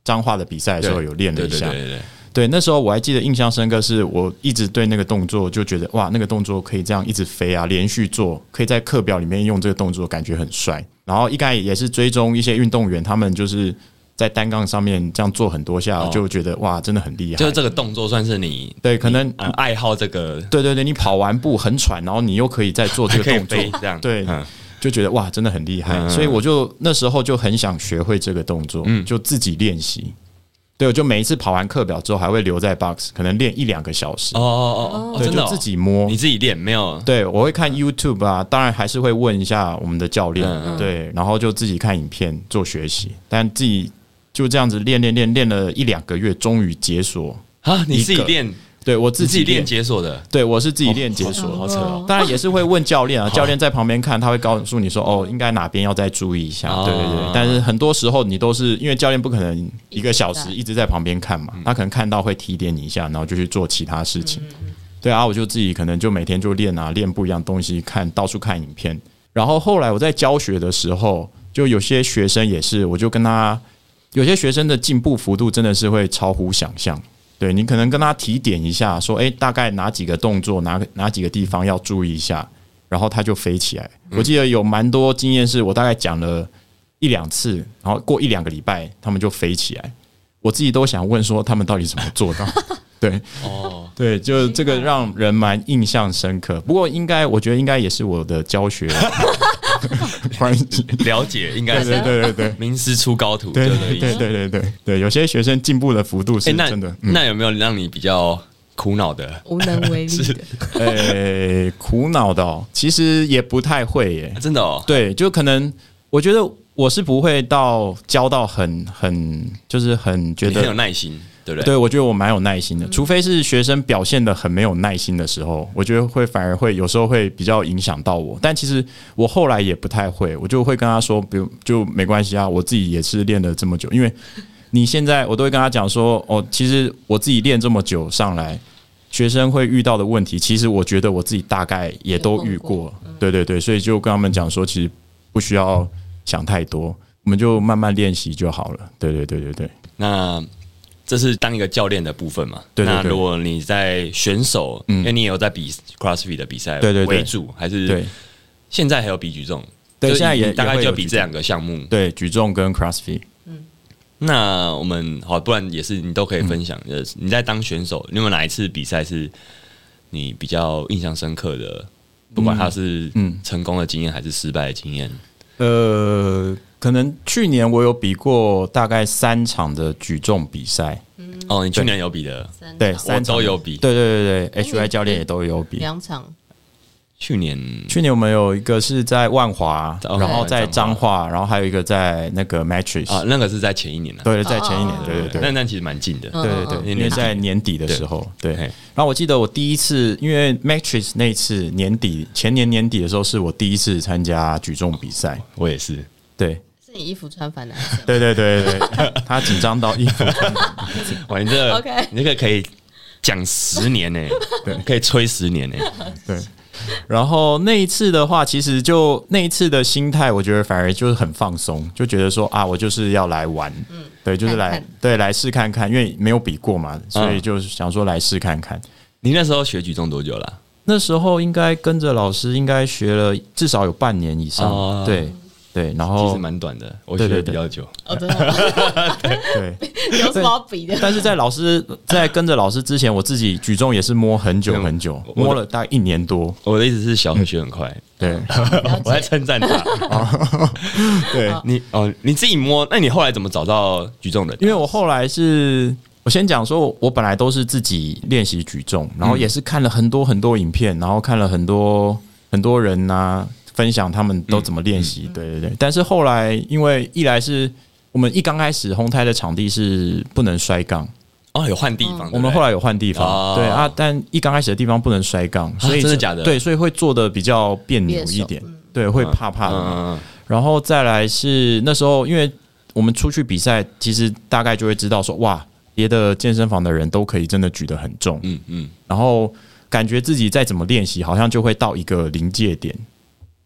[SPEAKER 3] 彰化的比赛的时候
[SPEAKER 1] 对
[SPEAKER 3] 有练了
[SPEAKER 1] 对
[SPEAKER 3] 一
[SPEAKER 1] 对
[SPEAKER 3] 下。
[SPEAKER 1] 对对，
[SPEAKER 3] 对，那时候我还记得印象深刻，是我一直对那个动作就觉得哇，那个动作可以这样一直飞啊，连续做，可以在课表里面用这个动作，感觉很帅。然后一开始也是追踪一些运动员，他们就是在单杠上面这样做很多下，
[SPEAKER 1] 哦
[SPEAKER 3] 就觉得哇，真的很厉害。
[SPEAKER 1] 就是这个动作算是你
[SPEAKER 3] 对，可能
[SPEAKER 1] 呃爱好这个，
[SPEAKER 3] 对对对，你跑完步很喘，然后你又可以再做这
[SPEAKER 1] 还
[SPEAKER 3] 个
[SPEAKER 1] 可以
[SPEAKER 3] 动作
[SPEAKER 1] 飞，这样。
[SPEAKER 3] 对
[SPEAKER 1] 嗯
[SPEAKER 3] 就觉得哇，真的很厉害。
[SPEAKER 1] 嗯
[SPEAKER 3] 所以我就那时候就很想学会这个动作，就自己练习。对，我就每一次跑完课表之后，还会留在 box，可能练一两个小时。
[SPEAKER 1] 哦哦哦哦，
[SPEAKER 3] 对，
[SPEAKER 1] 真的
[SPEAKER 3] 就
[SPEAKER 1] 哦
[SPEAKER 3] 自己摸
[SPEAKER 1] 你。自己练没有？
[SPEAKER 3] 对，我会看 YouTube 啊，当然还是会问一下我们的教练，
[SPEAKER 1] 嗯
[SPEAKER 3] 对，然后就自己看影片做学习，但自己就这样子练练练练了一两个月，终于解锁。
[SPEAKER 1] 啊，你自己练，
[SPEAKER 3] 对我自
[SPEAKER 1] 自己
[SPEAKER 3] 己
[SPEAKER 1] 练
[SPEAKER 3] 练，
[SPEAKER 1] 解锁的，
[SPEAKER 3] 对我是自己练解锁，
[SPEAKER 1] 好扯哦。
[SPEAKER 3] 当然也是会问 教练啊，教练在旁边看，他会告诉你说，哦，应该哪边要再注意一下。
[SPEAKER 1] 啊
[SPEAKER 3] 对对对，但是很多时候你都是因为教练不可能一个小时一直在旁边看嘛，他可能看到会提点你一下，然后就去做其他事情。对啊，我就自己可能就每天就练啊，练不一样东西，看到处看影片。然后后来我在教学的时候，就有些学生也是，我就跟他，有些学生的进步幅度真的是会超乎想象。对你可能跟他提点一下，说，诶，大概哪几个动作，哪哪几个地方要注意一下，然后他就飞起来。我记得有蛮多经验，是我大概讲了一两次，然后过一两个礼拜，他们就飞起来。我自己都想问说他们到底怎么做 到？对，
[SPEAKER 1] 哦，
[SPEAKER 3] 对，就是这个让人蛮印象深刻。不过应该，我觉得应该也是我的教 学关系。
[SPEAKER 1] 了解应该
[SPEAKER 3] 对
[SPEAKER 1] 是
[SPEAKER 3] 对对对对。
[SPEAKER 1] 名师出高徒，
[SPEAKER 3] 对
[SPEAKER 1] 就这
[SPEAKER 3] 对
[SPEAKER 1] 意思
[SPEAKER 3] 对对对对对，有些学生进步的幅度
[SPEAKER 1] 哎，
[SPEAKER 3] 是
[SPEAKER 1] 那
[SPEAKER 3] 真的，嗯，
[SPEAKER 1] 那有没有让你比较苦恼的？
[SPEAKER 2] 无能 为力的，
[SPEAKER 3] 呃、苦恼的、哦，其实也不太会耶
[SPEAKER 1] 啊。真的哦，
[SPEAKER 3] 对，就可能我觉得我是不会到教到很很，就是很觉
[SPEAKER 1] 你很有
[SPEAKER 3] 得，
[SPEAKER 1] 耐心，对不对？
[SPEAKER 3] 对我觉得我蛮有耐心的，除非是学生表现的很没有耐心的时候，我觉得会反而会有时候会比较影响到我。但其实我后来也不太会，我就会跟他说，比如就没关系啊，我自己也是练了这么久，因为你现在我都会跟他讲说，哦，其实我自己练这么久上来，学生会遇到的问题，其实我觉得我自己大概也都遇过，
[SPEAKER 2] 有
[SPEAKER 3] 对对对，所以就跟他们讲说，其实不需要想太多，我们就慢慢练习就好了。对对对对对，
[SPEAKER 1] 那这是当一个教练的部分嘛？
[SPEAKER 3] 对对
[SPEAKER 1] 那
[SPEAKER 3] 对嗯
[SPEAKER 1] 如果你在选手，因为你也有在比 CrossFit 的比赛
[SPEAKER 3] 对对对
[SPEAKER 1] 为主，还
[SPEAKER 3] 对
[SPEAKER 1] 是现在还有比举重？
[SPEAKER 3] 对
[SPEAKER 1] 就是
[SPEAKER 3] 现在
[SPEAKER 1] 你
[SPEAKER 3] 也
[SPEAKER 1] 大概
[SPEAKER 3] 也会有
[SPEAKER 1] 就比
[SPEAKER 3] 举
[SPEAKER 1] 这
[SPEAKER 3] 重
[SPEAKER 1] 两个项目。
[SPEAKER 3] 对，举重跟 CrossFit，
[SPEAKER 1] 那我们好，不然也是你都可以
[SPEAKER 3] 嗯
[SPEAKER 1] 分享。呃，你在当选手，你有没有哪一次比赛是你比较印象深刻的？不管它是
[SPEAKER 3] 嗯
[SPEAKER 1] 成功的经验还是失败的经验，
[SPEAKER 3] 呃，可能去年我有比过大概三场的举重比赛，
[SPEAKER 1] 哦，你去年有比的，
[SPEAKER 2] 三
[SPEAKER 3] 对，
[SPEAKER 1] 我
[SPEAKER 3] 三场
[SPEAKER 1] 都有比。
[SPEAKER 3] 对对对对
[SPEAKER 2] 你
[SPEAKER 3] ，HY 教练也都有比。
[SPEAKER 2] 两场，
[SPEAKER 1] 去年
[SPEAKER 3] 去年我们有一个是在万华，
[SPEAKER 1] 哦
[SPEAKER 3] 然后在
[SPEAKER 1] 彰
[SPEAKER 3] 彰
[SPEAKER 1] 化
[SPEAKER 3] 化，然后还有一个在那个 Matrix，、
[SPEAKER 1] 啊，那个是在前一年了。
[SPEAKER 3] 对，在前一年
[SPEAKER 2] 哦，
[SPEAKER 3] 对对对
[SPEAKER 1] 那，那其实蛮近的。
[SPEAKER 2] 嗯
[SPEAKER 3] 对对
[SPEAKER 2] 嗯
[SPEAKER 3] 对，因为在年底的
[SPEAKER 1] 对
[SPEAKER 3] 时候，对。
[SPEAKER 1] 嘿
[SPEAKER 3] 然后我记得我第一次，因为 Matrix 那一次年底前年年底的时候，是我第一次参加举重比赛。
[SPEAKER 1] 我也是。
[SPEAKER 3] 对，
[SPEAKER 2] 是你衣服穿反 了还是
[SPEAKER 3] 对对对对对，他紧张到衣服穿
[SPEAKER 1] 哇，你这个
[SPEAKER 2] OK
[SPEAKER 1] 你这个可以讲十年呢、对，可以吹十年呢、
[SPEAKER 3] 对。然后那一次的话，其实就那一次的心态，我觉得反而就是很放松，就觉得说啊，我就是要来玩，嗯，对，就是来
[SPEAKER 2] 看看
[SPEAKER 3] 对来试看看，因为没有比过嘛，所以
[SPEAKER 1] 嗯
[SPEAKER 3] 就是想说来试看看。
[SPEAKER 1] 你那时候学举重多久啦、
[SPEAKER 3] 那时候应该跟着老师，应该学了至少有半年以上，
[SPEAKER 1] 哦
[SPEAKER 3] 对对，然
[SPEAKER 1] 其
[SPEAKER 3] 后
[SPEAKER 1] 实蛮短的，我学
[SPEAKER 3] 哦
[SPEAKER 1] 的
[SPEAKER 3] 对对对
[SPEAKER 1] 比较久。
[SPEAKER 2] 哦，真的
[SPEAKER 3] 对，
[SPEAKER 2] 有什么好比的？
[SPEAKER 3] 但是在老师在跟着老师之前，我自己举重也是摸很久很久，
[SPEAKER 1] 我
[SPEAKER 3] 摸了大概一年多，
[SPEAKER 1] 我的意思是，小何学很快，
[SPEAKER 3] 对
[SPEAKER 1] 我在称 赞他。
[SPEAKER 3] 嗯哦对，
[SPEAKER 1] 你哦，你自己摸，那你后来怎么找到举重的？
[SPEAKER 3] 因为我后来是。我先讲说，我本来都是自己练习举重，
[SPEAKER 1] 嗯
[SPEAKER 3] 然后也是看了很多很多影片，然后看了很多很多人呐、分享他们
[SPEAKER 1] 嗯
[SPEAKER 3] 都怎么练习，对对对。但是后来，因为一来是我们一刚开始红胎的场地是不能摔杠，
[SPEAKER 1] 哦，有换地方，
[SPEAKER 3] 嗯我们后来有换地
[SPEAKER 1] 哦啊
[SPEAKER 3] 方，对啊，但一刚开始的地方不能摔杠，所以
[SPEAKER 1] 真的假的
[SPEAKER 3] 对，所以会做的比较别扭嗯一
[SPEAKER 2] 别
[SPEAKER 3] 点
[SPEAKER 2] 手，
[SPEAKER 3] 对，会
[SPEAKER 1] 怕
[SPEAKER 3] 怕怕的嘛。
[SPEAKER 1] 嗯，嗯
[SPEAKER 3] 然后再来是那时候，因为我们出去比赛，其实大概就会知道说，哇，别的健身房的人都可以真的举得很重，
[SPEAKER 1] 嗯嗯
[SPEAKER 3] 然后感觉自己再怎么练习，好像就会到一个临界点，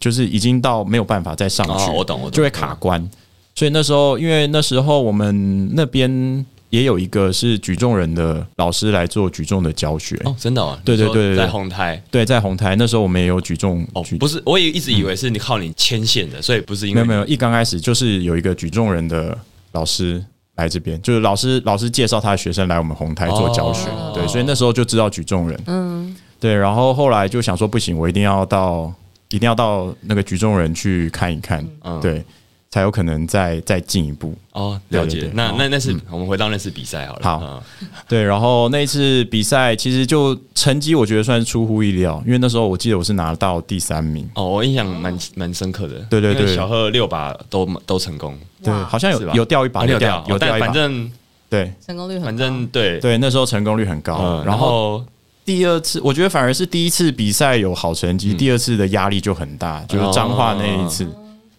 [SPEAKER 3] 就是已经到没有办法再上
[SPEAKER 1] 嗯，哦，
[SPEAKER 3] 去，
[SPEAKER 1] 我懂，嗯我懂，
[SPEAKER 3] 就会卡关。所以那时候，因为那时候我们那边也有一个是举重人的老师来做举重的教学，
[SPEAKER 1] 哦，真的哦，
[SPEAKER 3] 对对
[SPEAKER 1] 你说
[SPEAKER 3] 对对对
[SPEAKER 1] 在红台
[SPEAKER 3] 对，在红台那时候我们也有举重
[SPEAKER 1] 哦
[SPEAKER 3] 举，，
[SPEAKER 1] 不是，我也一直以为是你靠你牵线的，所以不是因为
[SPEAKER 3] 没有没有，一刚开始就是有一个举重人的老师。来这边就是老师，老师介绍他的学生来我们红台做教学，
[SPEAKER 1] 哦
[SPEAKER 3] 对，所以那时候就知道举重人，
[SPEAKER 2] 嗯，
[SPEAKER 3] 对，然后后来就想说不行，我一定要到，一定要到那个举重人去看一看，
[SPEAKER 1] 嗯
[SPEAKER 3] 对，才有可能再再进一步。
[SPEAKER 1] 哦，了
[SPEAKER 3] 对
[SPEAKER 1] 解
[SPEAKER 3] 对对。
[SPEAKER 1] 那
[SPEAKER 3] 好
[SPEAKER 1] 那那是我们回到那次比赛好了。
[SPEAKER 3] 好
[SPEAKER 1] 嗯
[SPEAKER 3] 对，然后那一次比赛其实就成绩我觉得算是出乎意料，因为那时候我记得我是拿到第三名，
[SPEAKER 1] 哦，我印象蛮蛮深刻的。
[SPEAKER 3] 对对对
[SPEAKER 1] 因为小贺六把都都成功，
[SPEAKER 3] 对，
[SPEAKER 2] 哇
[SPEAKER 3] 好像
[SPEAKER 1] 是
[SPEAKER 3] 有
[SPEAKER 1] 吧
[SPEAKER 3] 有掉一把，
[SPEAKER 1] 啊
[SPEAKER 3] 有
[SPEAKER 1] 六掉，
[SPEAKER 3] 有
[SPEAKER 1] 哦
[SPEAKER 3] 掉
[SPEAKER 1] 但
[SPEAKER 3] 一把
[SPEAKER 1] 反，
[SPEAKER 2] 嗯
[SPEAKER 1] 正
[SPEAKER 3] 对
[SPEAKER 2] 成功率很高
[SPEAKER 1] 反正对，
[SPEAKER 3] 对，那时候成功率很高
[SPEAKER 1] 嗯，。
[SPEAKER 3] 然
[SPEAKER 1] 然
[SPEAKER 3] 后
[SPEAKER 1] 后
[SPEAKER 3] 第二次，我觉得反而是第一次比赛有好成绩，第二次的压力就很大，就是彰化那一次。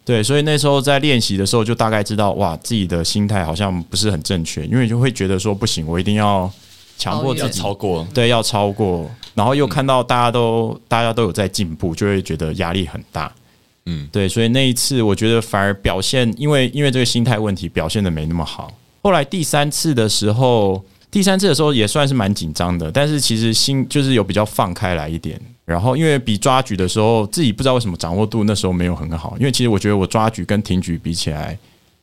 [SPEAKER 3] 对，所以那时候在练习的时候，就大概知道哇，自己的心态好像不是很正确，因为你就会觉得说不行，我一定哦要强迫
[SPEAKER 1] 要
[SPEAKER 3] 自己
[SPEAKER 1] 超过，
[SPEAKER 3] 对，要超过，然后又看到大家都、大家都有在进步，就会觉得压力很大。
[SPEAKER 1] 嗯，
[SPEAKER 3] 对，所以那一次我觉得反而表现，因为因为这个心态问题表现的没那么好。后来第三次的时候，第三次的时候也算是蛮紧张的，但是其实心就是有比较放开来一点。然后因为比抓举的时候，自己不知道为什么掌握度那时候没有很好，因为其实我觉得我抓举跟挺举比起来，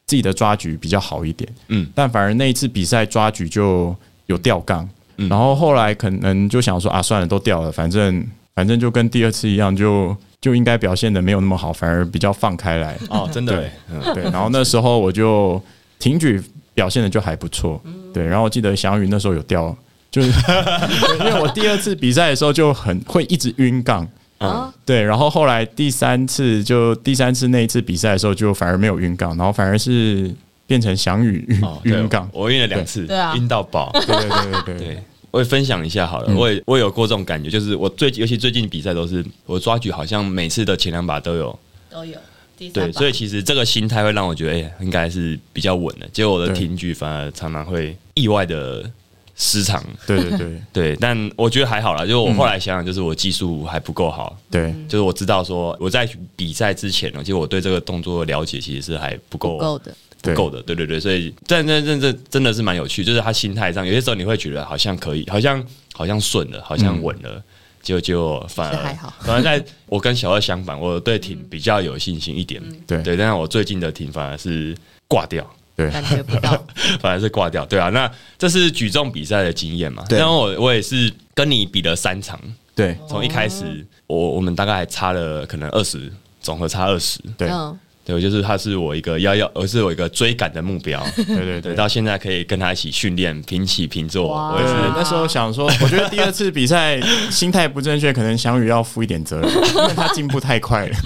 [SPEAKER 3] 自己的抓举比较好一点，
[SPEAKER 1] 嗯
[SPEAKER 3] 嗯，但反而那一次比赛抓举就有掉杠，然后后来可能就想说啊，算了，都掉了，反正反正就跟第二次一样，就就应该表现的没有那么好，反而比较放开来，
[SPEAKER 1] 哦，真的
[SPEAKER 3] 嗯对，对，然后那时候我就挺举表现的就还不错，对，然后我记得翔宇那时候有掉，就是 因为我第二次比赛的时候就很会一直晕杠，
[SPEAKER 1] 嗯，
[SPEAKER 2] 哦
[SPEAKER 3] 对，然后后来第三次就第三次那一次比赛的时候就反而没有晕杠，然后反而是变成翔宇晕
[SPEAKER 1] 哦，对
[SPEAKER 3] 晕杠，
[SPEAKER 1] 我晕了两次，
[SPEAKER 2] 对啊
[SPEAKER 1] 晕到爆，
[SPEAKER 3] 对对对对嗯对
[SPEAKER 1] 对。我也分享一下好了，我也我也有过这种感觉，就是我最尤其最近比赛都是我抓举，好像每次的前两把都有
[SPEAKER 2] 都有第三
[SPEAKER 1] 对，
[SPEAKER 2] 把
[SPEAKER 1] 所以其实这个心态会让我觉得，哎、应该是比较稳的。结果我的
[SPEAKER 3] 对
[SPEAKER 1] 挺举反而常常会意外的失常，
[SPEAKER 3] 对对对
[SPEAKER 1] 对，但我觉得还好啦，就是我
[SPEAKER 3] 嗯
[SPEAKER 1] 后来想想，就是我技术还不够好，
[SPEAKER 3] 对
[SPEAKER 1] 就是我知道说我在比赛之前呢，其实我对这个动作的了解其实是还不够
[SPEAKER 2] 不够的，
[SPEAKER 1] 不
[SPEAKER 3] 对
[SPEAKER 1] 够的，对对对，所以但但但这真的是蛮有趣，就是他心态上，有些时候你会觉得好像可以，好像好像顺了，好像稳
[SPEAKER 3] 嗯
[SPEAKER 1] 了，就就反
[SPEAKER 2] 其
[SPEAKER 1] 而
[SPEAKER 2] 实还好
[SPEAKER 1] 反而在我跟小二相反，我对挺比较有信心一点，
[SPEAKER 2] 嗯
[SPEAKER 3] 对
[SPEAKER 1] 对，但是我最近的挺反而是挂掉，
[SPEAKER 3] 对
[SPEAKER 2] 感觉不到。
[SPEAKER 1] 反而是挂掉，对啊，那这是举重比赛的经验嘛？
[SPEAKER 3] 对
[SPEAKER 1] 然后我我也是跟你比了三场，
[SPEAKER 3] 对
[SPEAKER 1] 从一开始我我们大概还差了可能二十，总和差二十，
[SPEAKER 3] 对
[SPEAKER 2] 嗯，
[SPEAKER 1] 对，就是他是我一个要要，而是我一个追赶的目标。
[SPEAKER 3] 对对
[SPEAKER 1] 对，
[SPEAKER 3] 对。
[SPEAKER 1] 到现在可以跟他一起训练平起平坐，
[SPEAKER 2] 哇
[SPEAKER 1] 我
[SPEAKER 3] 对
[SPEAKER 1] 也是，
[SPEAKER 3] 那时候想说，我觉得第二次比赛心态不正确，可能翔宇要负一点责任，因为他进步太快了。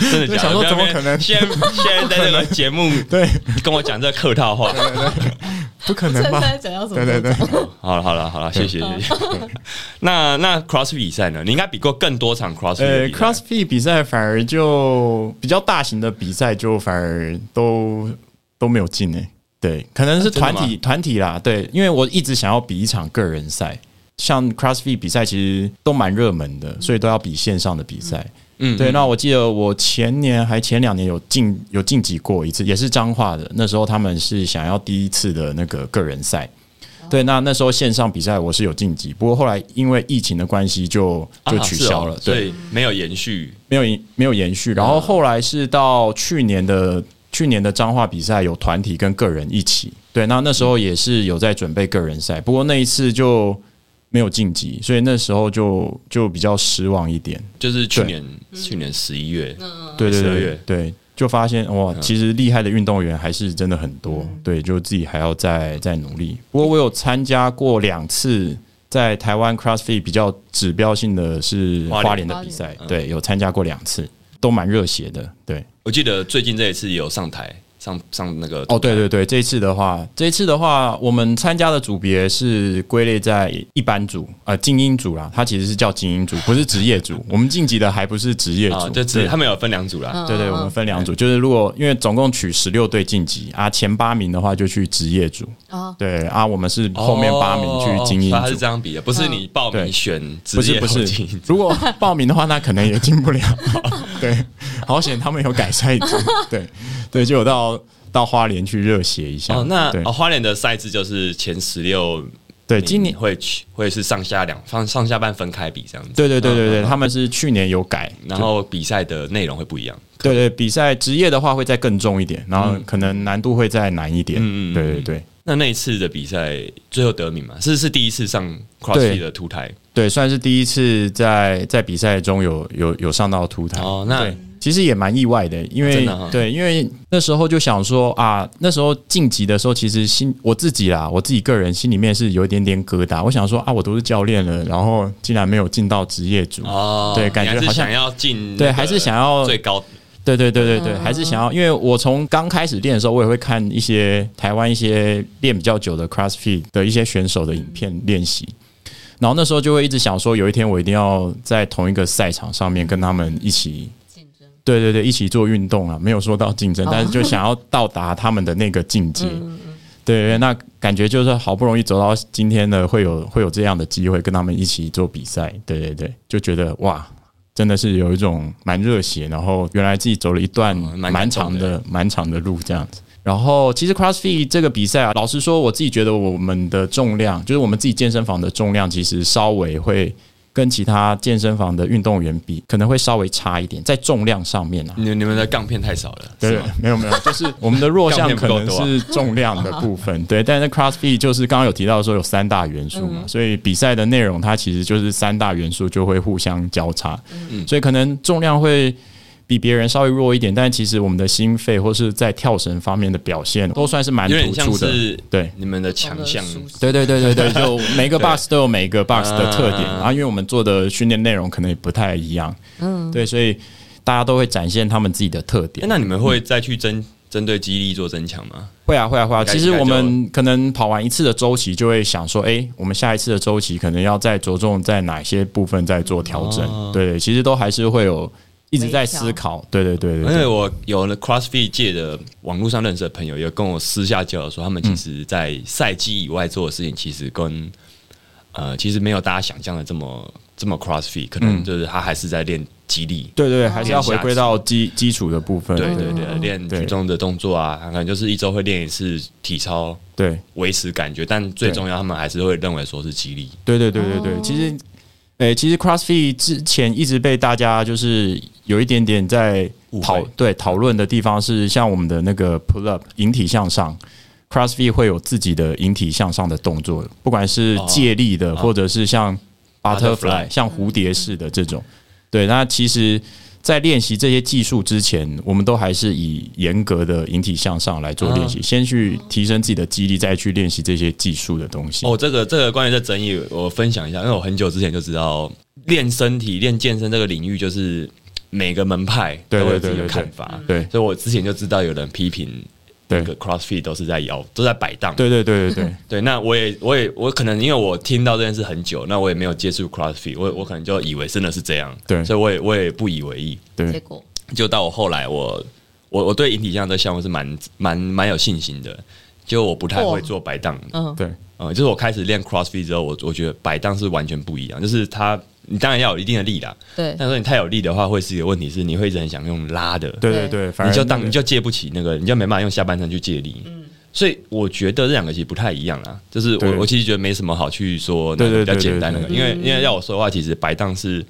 [SPEAKER 1] 真的
[SPEAKER 3] 就
[SPEAKER 1] 假的？
[SPEAKER 3] 想说
[SPEAKER 1] 不要
[SPEAKER 3] 怎么
[SPEAKER 1] 在那边
[SPEAKER 3] 可能
[SPEAKER 1] 现在现在在这个节目
[SPEAKER 3] 对，
[SPEAKER 1] 跟我讲这客套话，
[SPEAKER 3] 不可能吧？
[SPEAKER 2] 讲到什
[SPEAKER 3] 对对对，
[SPEAKER 1] 好了好了好了，谢谢谢谢。 那那 cross 比赛呢？你应该比过更多场 cross
[SPEAKER 3] 呃
[SPEAKER 1] 比赛
[SPEAKER 3] ，CrossFit 比赛反而就比较大型的比赛，就反而都都没有进诶、对，可能是
[SPEAKER 1] 啊真的
[SPEAKER 3] 团体团、体啦，对，因为我一直想要比一场个人赛，像 CrossFit 比赛其实都蛮热门的，所以都要比线上的比赛。
[SPEAKER 1] 嗯
[SPEAKER 3] 对，那我记得我前年还前两年有晋有晋级过一次，也是彰化的。那时候他们是想要第一次的那个个人赛，对，那那时候线上比赛我是有晋级，不过后来因为疫情的关系就就
[SPEAKER 1] 啊
[SPEAKER 3] 取
[SPEAKER 1] 是哦
[SPEAKER 3] 消了，
[SPEAKER 1] 所
[SPEAKER 3] 对，
[SPEAKER 1] 以没有延续。
[SPEAKER 3] 没有延没有延续。然后后来是到去年的去年的彰化比赛有团体跟个人一起，对，那那时候也是有在准备个人赛，不过那一次就没有晋级，所以那时候就就比较失望一点。
[SPEAKER 1] 就是去年去年十一月，
[SPEAKER 2] 嗯
[SPEAKER 3] 对对
[SPEAKER 1] 12
[SPEAKER 3] 对
[SPEAKER 1] 月
[SPEAKER 3] 对，就发现哇，其实厉害的运动员还是真的很多，对，就自己还要再再努力。不过我有参加过两次。在台湾 CrossFit 比较指标性的是
[SPEAKER 1] 花莲
[SPEAKER 3] 花莲的比赛，对，有参加过两次，都蛮热血的，对。
[SPEAKER 1] 我记得最近这一次也有上台上上那个
[SPEAKER 3] 哦，对对对，这一次的话，这一次的话，我们参加的组别是归类在一般组，呃，精英组啦，它其实是叫精英组，不是职业 组。我们晋级的还不是职业组，
[SPEAKER 1] 啊，就只
[SPEAKER 3] 对
[SPEAKER 1] 他们有分两组
[SPEAKER 2] 嗯
[SPEAKER 1] 啦，
[SPEAKER 3] 对对，
[SPEAKER 2] 哦
[SPEAKER 3] 我们分两组，就是如果因为总共取十六队晋级啊，前八名的话就去职业组，
[SPEAKER 2] 啊，
[SPEAKER 3] 对啊，我们是后面八名去精英
[SPEAKER 1] 哦所以他是
[SPEAKER 3] 组。
[SPEAKER 1] 这样比的，不是你报名
[SPEAKER 3] 对
[SPEAKER 1] 选职
[SPEAKER 3] 不是
[SPEAKER 1] 业
[SPEAKER 3] 不
[SPEAKER 1] 后
[SPEAKER 3] 是
[SPEAKER 1] 进，
[SPEAKER 3] 如果报名的话，那可能也进不了。 对，好险他们有改赛制。对对，就有到到花莲去热血一下。
[SPEAKER 1] 哦，那
[SPEAKER 3] 对
[SPEAKER 1] 哦，花莲的赛制就是前十六，
[SPEAKER 3] 对，今年
[SPEAKER 1] 会去会是上下两上上下半分开比这样子，
[SPEAKER 3] 对对对对对，
[SPEAKER 1] 嗯嗯嗯
[SPEAKER 3] 他们是去年有改，
[SPEAKER 1] 然后比赛的内容会不一样。
[SPEAKER 3] 对对，比赛职业的话会再更重一点，然后可能难度会再难一点。
[SPEAKER 1] 嗯嗯嗯
[SPEAKER 3] 对对对
[SPEAKER 1] 那那一次的比赛最后得名嘛，是是第一次上 CrossFit
[SPEAKER 3] 对
[SPEAKER 1] 的凸台
[SPEAKER 3] 对，算是第一次在在比赛中有有有上到凸台。
[SPEAKER 1] 哦，那
[SPEAKER 3] 对，其实也蛮意外的，因
[SPEAKER 1] 真
[SPEAKER 3] 为、
[SPEAKER 1] 的哈
[SPEAKER 3] 对，因为那时候就想说啊，那时候晋级的时候，其实心我自己啦，我自己个人心里面是有一点点疙瘩。我想说啊，我都是教练了，然后竟然没有进到职业组，
[SPEAKER 1] 哦，
[SPEAKER 3] 对
[SPEAKER 1] 你
[SPEAKER 3] 感觉
[SPEAKER 1] 还是
[SPEAKER 3] 好像
[SPEAKER 1] 想要进那个
[SPEAKER 3] 对还是想要
[SPEAKER 1] 最高
[SPEAKER 3] 对对对对对，还是想要，因为我从刚开始练的时候，我也会看一些台湾一些练比较久的 CrossFit 的一些选手的影片练习，然后那时候就会一直想说，有一天我一定要在同一个赛场上面跟他们一起，
[SPEAKER 2] 竞争
[SPEAKER 3] 对对对，一起做运动啊，没有说到竞争，但是就想要到达他们的那个境界。对，对那感觉就是好不容易走到今天的，会有会有这样的机会跟他们一起做比赛。对对对，就觉得哇，真的是有一种蛮热血，然后原来自己走了一段
[SPEAKER 1] 哦蛮感动的
[SPEAKER 3] 蛮长的蛮长的路这样子。然后其实 CrossFit 这个比赛啊，老实说，我自己觉得我们的重量，就是我们自己健身房的重量，其实稍微会跟其他健身房的运动员比，可能会稍微差一点，在重量上面啊。
[SPEAKER 1] 你你们的杠片太少了，
[SPEAKER 3] 对
[SPEAKER 1] 是吗，
[SPEAKER 3] 没有没有， 就是我们的弱项可能是重量的部分，对。但是 CrossFit 就是刚刚有提到说有三大元素
[SPEAKER 1] 嗯
[SPEAKER 3] 嘛，所以比赛的内容它其实就是三大元素就会互相交叉，
[SPEAKER 1] 嗯
[SPEAKER 3] 所以可能重量会比别人稍微弱一点，但其实我们的心肺或是在跳绳方面的表现都算是蛮
[SPEAKER 1] 有点
[SPEAKER 3] 突
[SPEAKER 1] 像
[SPEAKER 3] 出的，
[SPEAKER 1] 是
[SPEAKER 3] 对。
[SPEAKER 1] 你们的强项
[SPEAKER 2] 不同的舒适
[SPEAKER 3] 对对对对 对，就每个 box 都有每个 box 的特点，
[SPEAKER 1] 啊
[SPEAKER 3] 然后因为我们做的训练内容可能也不太一样，嗯，对，所以大家都会展现他们自己的特点
[SPEAKER 1] 诶。那你们
[SPEAKER 3] 嗯
[SPEAKER 1] 会再去针针对肌力做增强吗？
[SPEAKER 3] 会啊，会啊，会啊。
[SPEAKER 1] 应该
[SPEAKER 3] 其实我们可能跑完一次的周期，就会想说，诶，我们下一次的周期可能要再着重在哪些部分再做调整。
[SPEAKER 1] 哦
[SPEAKER 3] 对对，其实都还是会有一直在思考。对对对对
[SPEAKER 1] 因为
[SPEAKER 3] 对。
[SPEAKER 1] 我有了 CrossFit 界的网络上认识的朋友，有跟我私下交流说，他们其
[SPEAKER 3] 嗯
[SPEAKER 1] 实，在赛季以外做的事情，其实跟呃，其实没有大家想象的这么这么 CrossFit，可
[SPEAKER 3] 嗯
[SPEAKER 1] 能就是他还是在练肌力，
[SPEAKER 3] 对对对，还是要回归到基基础的部分。
[SPEAKER 1] 对
[SPEAKER 3] 对
[SPEAKER 1] 对对，练
[SPEAKER 3] 嗯对
[SPEAKER 1] 举重的动作啊，可能就是一周会练一次体操，
[SPEAKER 3] 对
[SPEAKER 1] 维持感觉，但最重要，他们还是会认为说是肌力。
[SPEAKER 3] 对对对对对，其实，诶、其实 CrossFit 之前一直被大家就是有一点点在
[SPEAKER 1] 误会
[SPEAKER 3] 讨对讨论的地方是，像我们的那个 pull up 引体向上，CrossFit 会有自己的引体向上的动作，不管是借力的，或者是像 butterfly
[SPEAKER 1] 哦 Butterfly 嗯
[SPEAKER 3] 像蝴蝶式的这种。对，那其实，在练习这些技术之前，我们都还是以严格的引体向上来做
[SPEAKER 1] 啊
[SPEAKER 3] 练习，先去提升自己的肌力，再去练习这些技术的东西。
[SPEAKER 1] 哦，这个这个关于这争议，我分享一下，因为我很久之前就知道练身体、练健身这个领域，就是每个门派都
[SPEAKER 3] 对
[SPEAKER 1] 有
[SPEAKER 3] 对
[SPEAKER 1] 自己
[SPEAKER 3] 对
[SPEAKER 1] 的
[SPEAKER 3] 对
[SPEAKER 1] 看
[SPEAKER 3] 对
[SPEAKER 1] 法，
[SPEAKER 3] 对
[SPEAKER 1] 所以我之前就知道有人批评那
[SPEAKER 3] 对
[SPEAKER 1] 个 CrossFit 都是在摇，都在摆荡。
[SPEAKER 3] 对对对对对。
[SPEAKER 1] 对，那我也我也我可能因为我听到这件事很久，那我也没有接触 CrossFit，我我可能就以为真的是这样，
[SPEAKER 3] 对
[SPEAKER 1] 所以我也我也不以为意。
[SPEAKER 2] 结
[SPEAKER 3] 对
[SPEAKER 2] 果
[SPEAKER 1] 就到我后来我，我我对引体向这项目是蛮蛮蛮有信心的，就我不太会做摆荡的，
[SPEAKER 2] 嗯，
[SPEAKER 3] 对
[SPEAKER 1] 呃，就是我开始练 CrossFit 之后，我我觉得摆荡是完全不一样，就是它你当然要有一定的力啦，
[SPEAKER 2] 对
[SPEAKER 1] 但是你太有力的话，会是一个问题，是你会一直很想用拉的，
[SPEAKER 3] 对
[SPEAKER 2] 对
[SPEAKER 3] 对对，反
[SPEAKER 1] 你
[SPEAKER 3] 正
[SPEAKER 1] 就当你就借不起那个，你就没办法用下半身去借力，
[SPEAKER 2] 嗯
[SPEAKER 1] 所以我觉得这两个其实不太一样啦，就是
[SPEAKER 3] 对
[SPEAKER 1] 我我其实觉得没什么好去说那
[SPEAKER 3] 对
[SPEAKER 1] 个
[SPEAKER 3] 对
[SPEAKER 1] 比较
[SPEAKER 3] 对
[SPEAKER 1] 简
[SPEAKER 3] 对
[SPEAKER 1] 单的，
[SPEAKER 3] 对
[SPEAKER 1] 因为因为要我说的话，其实摆荡是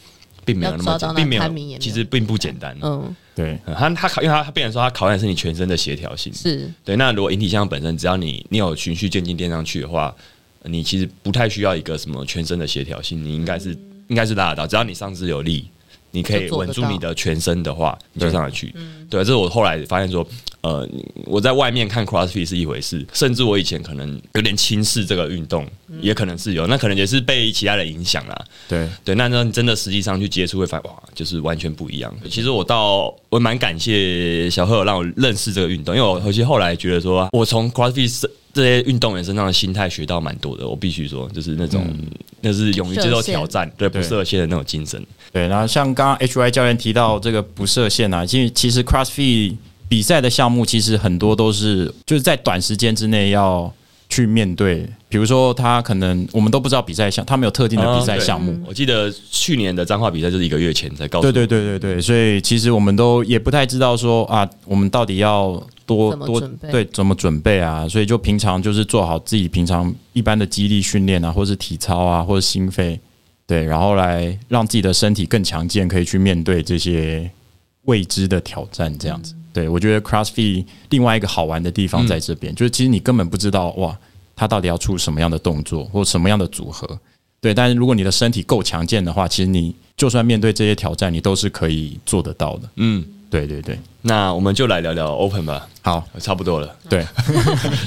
[SPEAKER 1] 并没有那么
[SPEAKER 2] 嗯要
[SPEAKER 1] 简
[SPEAKER 2] 抓到那
[SPEAKER 1] 并没
[SPEAKER 2] timing 也
[SPEAKER 1] 有，
[SPEAKER 2] 没
[SPEAKER 1] 其
[SPEAKER 2] 有
[SPEAKER 1] 实并不简单，
[SPEAKER 2] 嗯
[SPEAKER 3] 对
[SPEAKER 1] 嗯他他考，因为他他变成说他考验的是你全身的协调性。
[SPEAKER 2] 是
[SPEAKER 1] 对，那如果引体向上本身，只要你你有循序渐进练上去的话，呃你其实不太需要一个什么全身的协调性，你应该是、应该是拉得到，只要你上肢有力，你可以
[SPEAKER 2] 嗯就做
[SPEAKER 1] 稳
[SPEAKER 2] 得到嗯
[SPEAKER 1] 住你的全身的话，你就上得去。对，这是我后来发现说，呃，我在外面看 CrossFit 是一回事，甚至我以前可能有点轻视这个运动，
[SPEAKER 2] 嗯
[SPEAKER 1] 也可能是有，那可能也是被其他人影响啦。
[SPEAKER 3] 对
[SPEAKER 1] 对，那那你真的实际上去接触会发现，哇，就是完全不一样。其实我到我蛮感谢小贺有让我认识这个运动，因为我其实后来觉得说，我从 CrossFit 身这些运动员身上的心态学到蛮多的。我必须说，就是那种、那是勇于接受挑战，对不
[SPEAKER 3] 嗯对
[SPEAKER 1] 设限的那种精神。
[SPEAKER 3] 对。然后像刚刚 HY 教练提到这个不设限啊，其实其实 CrossFit 比赛的项目其实很多都是就是在短时间之内要去面对，比如说他可能我们都不知道比赛项，他们有特定的比赛项目。
[SPEAKER 1] 嗯我记得去年的彰化比赛就是一个月前才告诉
[SPEAKER 3] 对
[SPEAKER 1] 我，
[SPEAKER 3] 对对对对，所以其实我们都也不太知道说啊，我们到底要多
[SPEAKER 2] 怎么
[SPEAKER 3] 多
[SPEAKER 2] 准备
[SPEAKER 3] 对怎么准备啊，所以就平常就是做好自己平常一般的肌力训练啊，或是体操啊，或是心肺，对，然后来让自己的身体更强健，可以去面对这些未知的挑战，这样
[SPEAKER 2] 嗯
[SPEAKER 3] 子。对我觉得 CrossFit 另外一个好玩的地
[SPEAKER 1] 嗯
[SPEAKER 3] 方在这边，就是其实你根本不知道哇，他到底要出什么样的动作或什么样的组合。对，但是如果你的身体够强健的话，其实你就算面对这些挑战，你都是可以做得到的。
[SPEAKER 1] 嗯，
[SPEAKER 3] 对对对，
[SPEAKER 1] 那我们就来聊聊 Open 吧，
[SPEAKER 3] 好，
[SPEAKER 1] 差不多 了。
[SPEAKER 3] 对，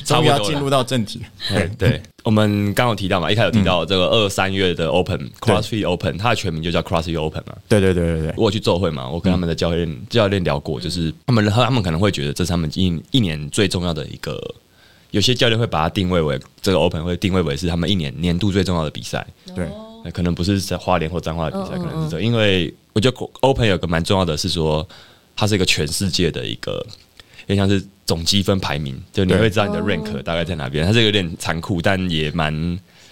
[SPEAKER 1] 差不
[SPEAKER 3] 终于
[SPEAKER 1] 多了
[SPEAKER 3] 要进入到正题。对嗯
[SPEAKER 1] 对，我们刚刚有提到嘛，一开始有提到这个二三月的 Open
[SPEAKER 3] 对
[SPEAKER 1] CrossFit Open，它的全名就叫 CrossFit Open 嘛。
[SPEAKER 3] 对对对对对
[SPEAKER 1] 我有去奏会嘛，我跟他们的教练、
[SPEAKER 2] 嗯
[SPEAKER 1] 教练聊过，就是他们他们可能会觉得这是他们一一年最重要的一个，有些教练会把它定位为这个 Open 会定位为是他们一年年度最重要的比赛，
[SPEAKER 3] 对
[SPEAKER 1] 那可能不是在花莲或彰化的比赛，
[SPEAKER 2] 哦嗯嗯
[SPEAKER 1] 可能是这个，因为我觉得 Open 有个蛮重要的是说，它是一个全世界的一个，有点像是总积分排名，就你
[SPEAKER 3] 对
[SPEAKER 1] 会知道你的
[SPEAKER 2] 哦
[SPEAKER 1] rank 大概在哪边，它是有点残酷，但也蛮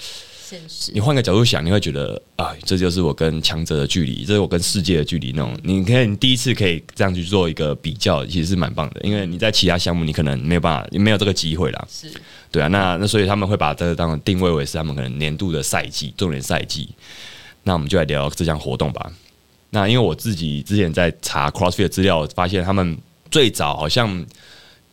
[SPEAKER 2] 现实
[SPEAKER 1] 你换个角度想，你会觉得啊，这就是我跟强者的距离，这是我跟世界的距离。那种，你可以你第一次可以这样去做一个比较，其实是蛮棒的，因为你在其他项目你可能没有办法，没有这个机会啦。
[SPEAKER 2] 是
[SPEAKER 1] 对啊，那那所以他们会把这个当定位为是他们可能年度的赛季，重点赛季。那我们就来聊这项活动吧。那因为我自己之前在查 CrossFit 的资料，发现他们最早好像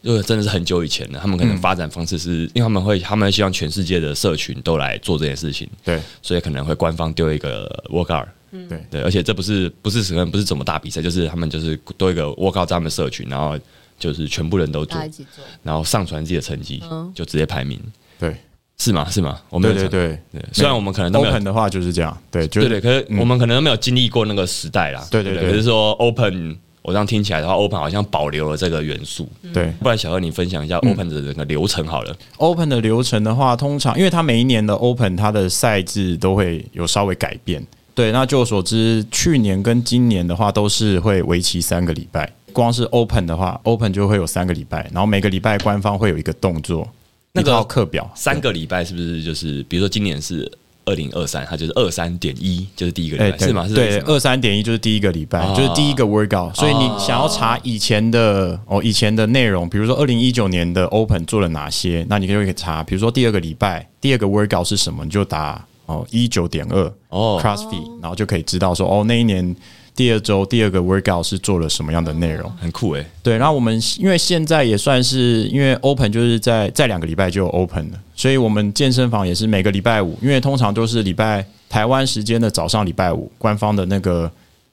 [SPEAKER 1] 呃真的是很久以前了，他们可能发展方式是、因为他们会他们希望全世界的社群都来做这件事情，
[SPEAKER 3] 对
[SPEAKER 1] 所以可能会官方丢一个 workout。
[SPEAKER 2] 嗯
[SPEAKER 3] 对
[SPEAKER 1] 对，而且这不是不是可能不是怎么大比赛，就是他们就是多一个 workout 在他们社群，然后就是全部人都
[SPEAKER 2] 大
[SPEAKER 1] 做
[SPEAKER 2] 家一，起做，
[SPEAKER 1] 然后上传自己的成绩，
[SPEAKER 2] 嗯
[SPEAKER 1] 就直接排名，
[SPEAKER 3] 对
[SPEAKER 1] 是吗？是吗？我们
[SPEAKER 3] 对对对
[SPEAKER 1] 对，虽然我们可能都没有
[SPEAKER 3] open 的话就是这样，对，就
[SPEAKER 1] 对对，可是我们可能都没有经历过那个时代啦。
[SPEAKER 3] 对对对
[SPEAKER 1] 可是说 open，我这样听起来的话，open 好像保留了这个元素。
[SPEAKER 2] 嗯
[SPEAKER 3] 对。
[SPEAKER 1] 不然，小何你分享一
[SPEAKER 3] 嗯
[SPEAKER 1] 下 open 的整个流程好了。
[SPEAKER 3] Open 的流程的话，通常因为它每一年的 Open 它的赛制都会有稍微改变。对，那据我所知，去年跟今年的话都是会为期三个礼拜。光是 Open 的话，Open 就会有三个礼拜，然后每个礼拜官方会有一个动作，
[SPEAKER 1] 那个
[SPEAKER 3] 一套课表。
[SPEAKER 1] 三个礼拜是不是就是，比如说今年是二零二三，它就是二三点一，就是第一个
[SPEAKER 3] 哎
[SPEAKER 1] 礼拜、是吗？是这个意
[SPEAKER 3] 对
[SPEAKER 1] 思，吗
[SPEAKER 3] 二三点一就是第一个礼拜，
[SPEAKER 1] 哦
[SPEAKER 3] 就是第一个 workout。所以你想要查以前的哦，以前的内容，比如说二零一九年的 Open 做了哪些，那你就可以查，比如说第二个礼拜第二个 workout 是什么，你就打哦一九点二
[SPEAKER 1] 哦
[SPEAKER 3] CrossFit，然后就可以知道说哦那一年第二周第二个 workout 是做了什么样的内容。
[SPEAKER 1] 很酷诶、
[SPEAKER 3] 对，然后我们因为现在也算是因为 open 就是在在两个礼拜就有 open 了，所以我们健身房也是每个礼拜五，因为通常都是礼拜台湾时间的早上礼拜五，官方的那个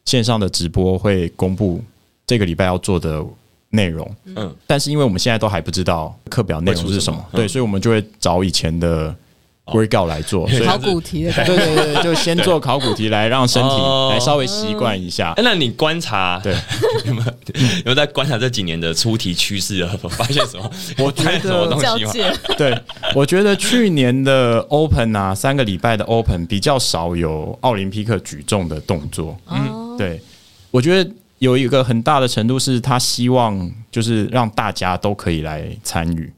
[SPEAKER 3] 线上的直播会公布这个礼拜要做的内容。
[SPEAKER 1] 嗯，
[SPEAKER 3] 但是因为我们现在都还不知道课表内容是什
[SPEAKER 1] 会出什么
[SPEAKER 3] 么，
[SPEAKER 1] 嗯哦
[SPEAKER 3] 对，所以我们就会找以前的 workout 来做。 所以
[SPEAKER 2] 考古题的感觉。
[SPEAKER 3] 对对对，就先做考古题来让身体
[SPEAKER 1] 哦
[SPEAKER 3] 来稍微习惯一下。
[SPEAKER 1] 哎那你观察
[SPEAKER 3] 对，
[SPEAKER 1] 有没有有没有在观察这几年的出题趋势啊？发现什么？
[SPEAKER 3] 我觉
[SPEAKER 1] 看什么
[SPEAKER 3] 得
[SPEAKER 1] 东
[SPEAKER 2] 交
[SPEAKER 1] 西吗？
[SPEAKER 2] 界，
[SPEAKER 3] 对，我觉得去年的 Open 啊，三个礼拜的 Open 比较少有奥林匹克举重的动作。
[SPEAKER 2] 嗯，
[SPEAKER 3] 对，我觉得有一个很大的程度是他希望就是让大家都可以来参与。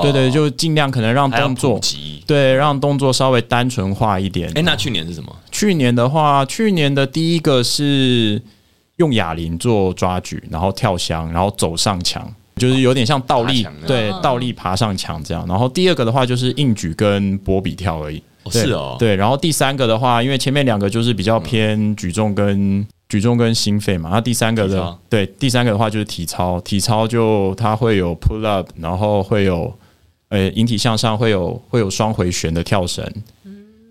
[SPEAKER 1] 哦
[SPEAKER 3] 对对，就尽量可能让
[SPEAKER 1] 还要
[SPEAKER 3] 动作
[SPEAKER 1] 普。及。
[SPEAKER 3] 对，让动作稍微单纯化一点。
[SPEAKER 1] 哎、那去年是什么？
[SPEAKER 3] 去年的话，去年的第一个是用哑铃做抓举，然后跳箱，然后走上墙，就是有点像倒
[SPEAKER 1] 爬
[SPEAKER 3] 立
[SPEAKER 1] 墙，的
[SPEAKER 3] 对
[SPEAKER 2] 嗯，
[SPEAKER 3] 倒立爬上墙这样。然后第二个的话就是硬举跟波比跳而已。
[SPEAKER 1] 哦
[SPEAKER 3] 对
[SPEAKER 1] 是哦，
[SPEAKER 3] 对。然后第三个的话，因为前面两个就是比较偏举重跟、举重跟心肺嘛，那第三个
[SPEAKER 1] 体
[SPEAKER 3] 的
[SPEAKER 1] 操
[SPEAKER 3] 对第三个的话就是体操，体操就它会有 pull up，然后会有呃引体向上，会有会有双回旋的跳绳，
[SPEAKER 1] 嗯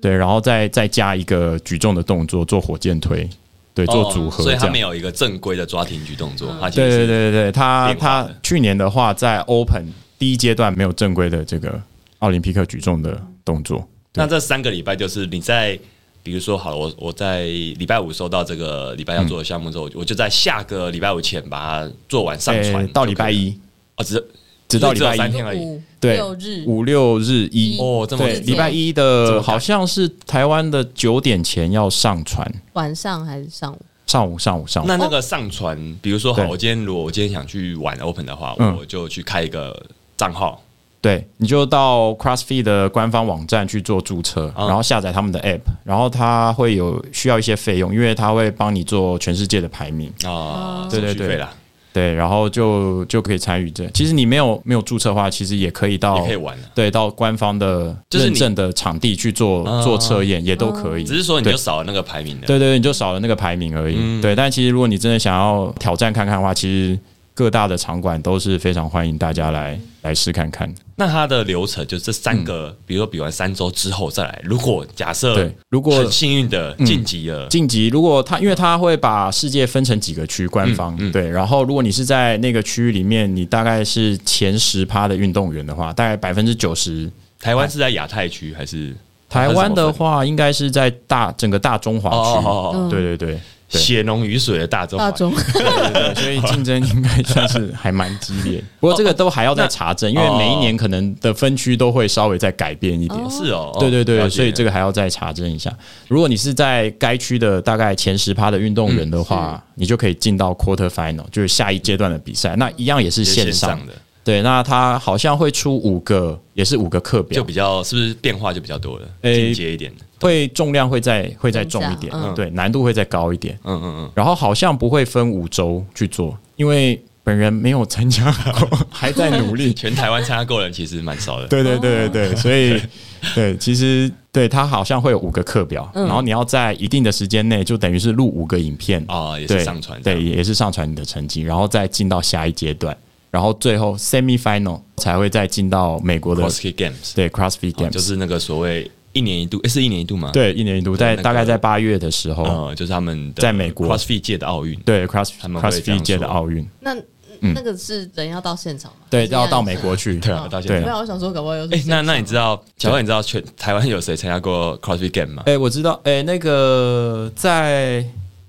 [SPEAKER 3] 对，然后再再加一个举重的动作做火箭推，对，做
[SPEAKER 1] 哦
[SPEAKER 3] 组合这
[SPEAKER 1] 所以
[SPEAKER 3] 样。
[SPEAKER 1] 他没有一个正规的抓停举动作，他其
[SPEAKER 3] 对
[SPEAKER 1] 实
[SPEAKER 3] 对
[SPEAKER 1] 是
[SPEAKER 3] 对对对，他
[SPEAKER 1] 变化
[SPEAKER 3] 他
[SPEAKER 1] 的
[SPEAKER 3] 去年的话在 Open 第一阶段没有正规的这个奥林匹克举重的动作，
[SPEAKER 1] 那这三个礼拜就是你在，比如说好了，我我在礼拜五收到这个礼拜要做的项目之后，我就在下个礼拜五前把它做完上传、
[SPEAKER 3] 诶哎到礼拜一，
[SPEAKER 1] 啊，只是
[SPEAKER 3] 直到礼
[SPEAKER 1] 所
[SPEAKER 3] 拜
[SPEAKER 1] 以只有三
[SPEAKER 3] 一
[SPEAKER 1] 天。而已
[SPEAKER 2] 五
[SPEAKER 3] 对
[SPEAKER 2] 六日，
[SPEAKER 3] 五六日一
[SPEAKER 1] 哦这么
[SPEAKER 3] 对，
[SPEAKER 1] 久
[SPEAKER 3] 礼拜一
[SPEAKER 1] 这么
[SPEAKER 3] 的
[SPEAKER 1] 赶
[SPEAKER 3] 好像是台湾的九点前要上传，
[SPEAKER 2] 晚上还是上午？
[SPEAKER 3] 上午上午上午，
[SPEAKER 1] 那那个上传，比如说好，
[SPEAKER 3] 哦对
[SPEAKER 1] 我今天如果我今天想去玩 Open 的话，
[SPEAKER 3] 嗯
[SPEAKER 1] 我就去开一个账号，
[SPEAKER 3] 对，你就到 CrossFit 的官方网站去做注册，
[SPEAKER 1] 嗯
[SPEAKER 3] 然后下载他们的 App，然后它会有需要一些费用，因为它会帮你做全世界的排名，
[SPEAKER 2] 哦
[SPEAKER 1] 啊，
[SPEAKER 3] 对对
[SPEAKER 1] 手续
[SPEAKER 3] 对哦
[SPEAKER 1] 费啦，
[SPEAKER 3] 对，然后就就可以参与这。其实你没有没有注册的话，其实也可以到
[SPEAKER 1] 也可以玩啊
[SPEAKER 3] 对到官方的
[SPEAKER 1] 就是你
[SPEAKER 3] 认证的场地去做、
[SPEAKER 1] 啊
[SPEAKER 3] 做测验，也都可以。
[SPEAKER 1] 只是说你
[SPEAKER 3] 对
[SPEAKER 1] 就少了那个排名的，
[SPEAKER 3] 对对，对你就少了那个排名而已。对，但其实如果你真的想要挑战看看的话，其实各大的场馆都是非常欢迎大家来来试看看。
[SPEAKER 1] 那它的流程就这三个，比如说比完三周之后再来。如果假设
[SPEAKER 3] 嗯对嗯如果
[SPEAKER 1] 很幸运的晋级了，
[SPEAKER 3] 晋级如果他，因为他会把世界分成几个区，官方、对，然后如果你是在那个区域里面，你大概是前十趴的运动员的话，大概百分之九十。
[SPEAKER 1] 台湾是在亚太区还是
[SPEAKER 3] 台湾的话，应该是在大整个大中华
[SPEAKER 1] 哦哦
[SPEAKER 3] 区，
[SPEAKER 1] 哦哦
[SPEAKER 2] 嗯
[SPEAKER 3] 对对对，对
[SPEAKER 1] 血浓于水的大中华
[SPEAKER 2] 大
[SPEAKER 1] 区
[SPEAKER 2] 中，
[SPEAKER 3] 对， 所以竞争应该算是还蛮激烈。哦不过这个都还要再查证，因为每一年可能的分区都会稍微再改变一点。
[SPEAKER 1] 是哦，哦
[SPEAKER 3] 对对
[SPEAKER 1] 了解
[SPEAKER 3] 对，所以这个还要再查证一下。如果你是在该区的大概前十趴的运动员的话，你就可以进到 quarter final，就是下一阶段的比赛。那一样也是
[SPEAKER 1] 也是
[SPEAKER 3] 线
[SPEAKER 1] 线
[SPEAKER 3] 上
[SPEAKER 1] 上的
[SPEAKER 3] 对，那它好像会出五个，也是五个课表
[SPEAKER 1] 就，比较是不是变化就比较多了，
[SPEAKER 3] 诶
[SPEAKER 1] 进阶一点的，
[SPEAKER 3] 会重量会再会再重一点，
[SPEAKER 2] 嗯
[SPEAKER 3] 对，难度会再高一点。
[SPEAKER 1] 嗯嗯嗯，
[SPEAKER 3] 然后好像不会分五周去做，因为本人没有 参加过，还在努力。
[SPEAKER 1] 全台湾参加过的人其实蛮少的，
[SPEAKER 3] 对对对对对，所以对，其实对它好像会有五个课表，
[SPEAKER 1] 嗯
[SPEAKER 3] 然后你要在一定的时间内，就等于是录五个影片
[SPEAKER 1] 啊也是
[SPEAKER 3] 对
[SPEAKER 1] 上传这
[SPEAKER 3] 对，
[SPEAKER 1] 样
[SPEAKER 3] 也是上传你的成绩，然后再进到下一阶段，然后最后 semi final 才会再进到美国的
[SPEAKER 1] CrossFit Games，
[SPEAKER 3] 对 CrossFit
[SPEAKER 1] 哦
[SPEAKER 3] Games，、
[SPEAKER 1] 就是那个所谓一年一度，诶是一年一度吗？，
[SPEAKER 3] 对一年一度，在
[SPEAKER 1] 那个
[SPEAKER 3] 大概在八月的时候，
[SPEAKER 1] 呃，就是他们的
[SPEAKER 3] 在美国
[SPEAKER 1] CrossFit 界的奥运，
[SPEAKER 3] 对 Cross
[SPEAKER 1] 他们会这样
[SPEAKER 3] CrossFit 界的
[SPEAKER 1] 说
[SPEAKER 3] 奥运，
[SPEAKER 2] 那那个是人要到现场吗？
[SPEAKER 3] 嗯对，
[SPEAKER 2] 还是要
[SPEAKER 3] 要到美国去，
[SPEAKER 1] 对啊，到现
[SPEAKER 3] 对
[SPEAKER 1] 在
[SPEAKER 2] 没。有，我想说，搞不好有
[SPEAKER 1] 哎、那那你知
[SPEAKER 2] 道
[SPEAKER 1] 道，小万，你知道全台湾有谁参加过 CrossFit Game 吗？
[SPEAKER 3] 哎、我知道，哎、那个在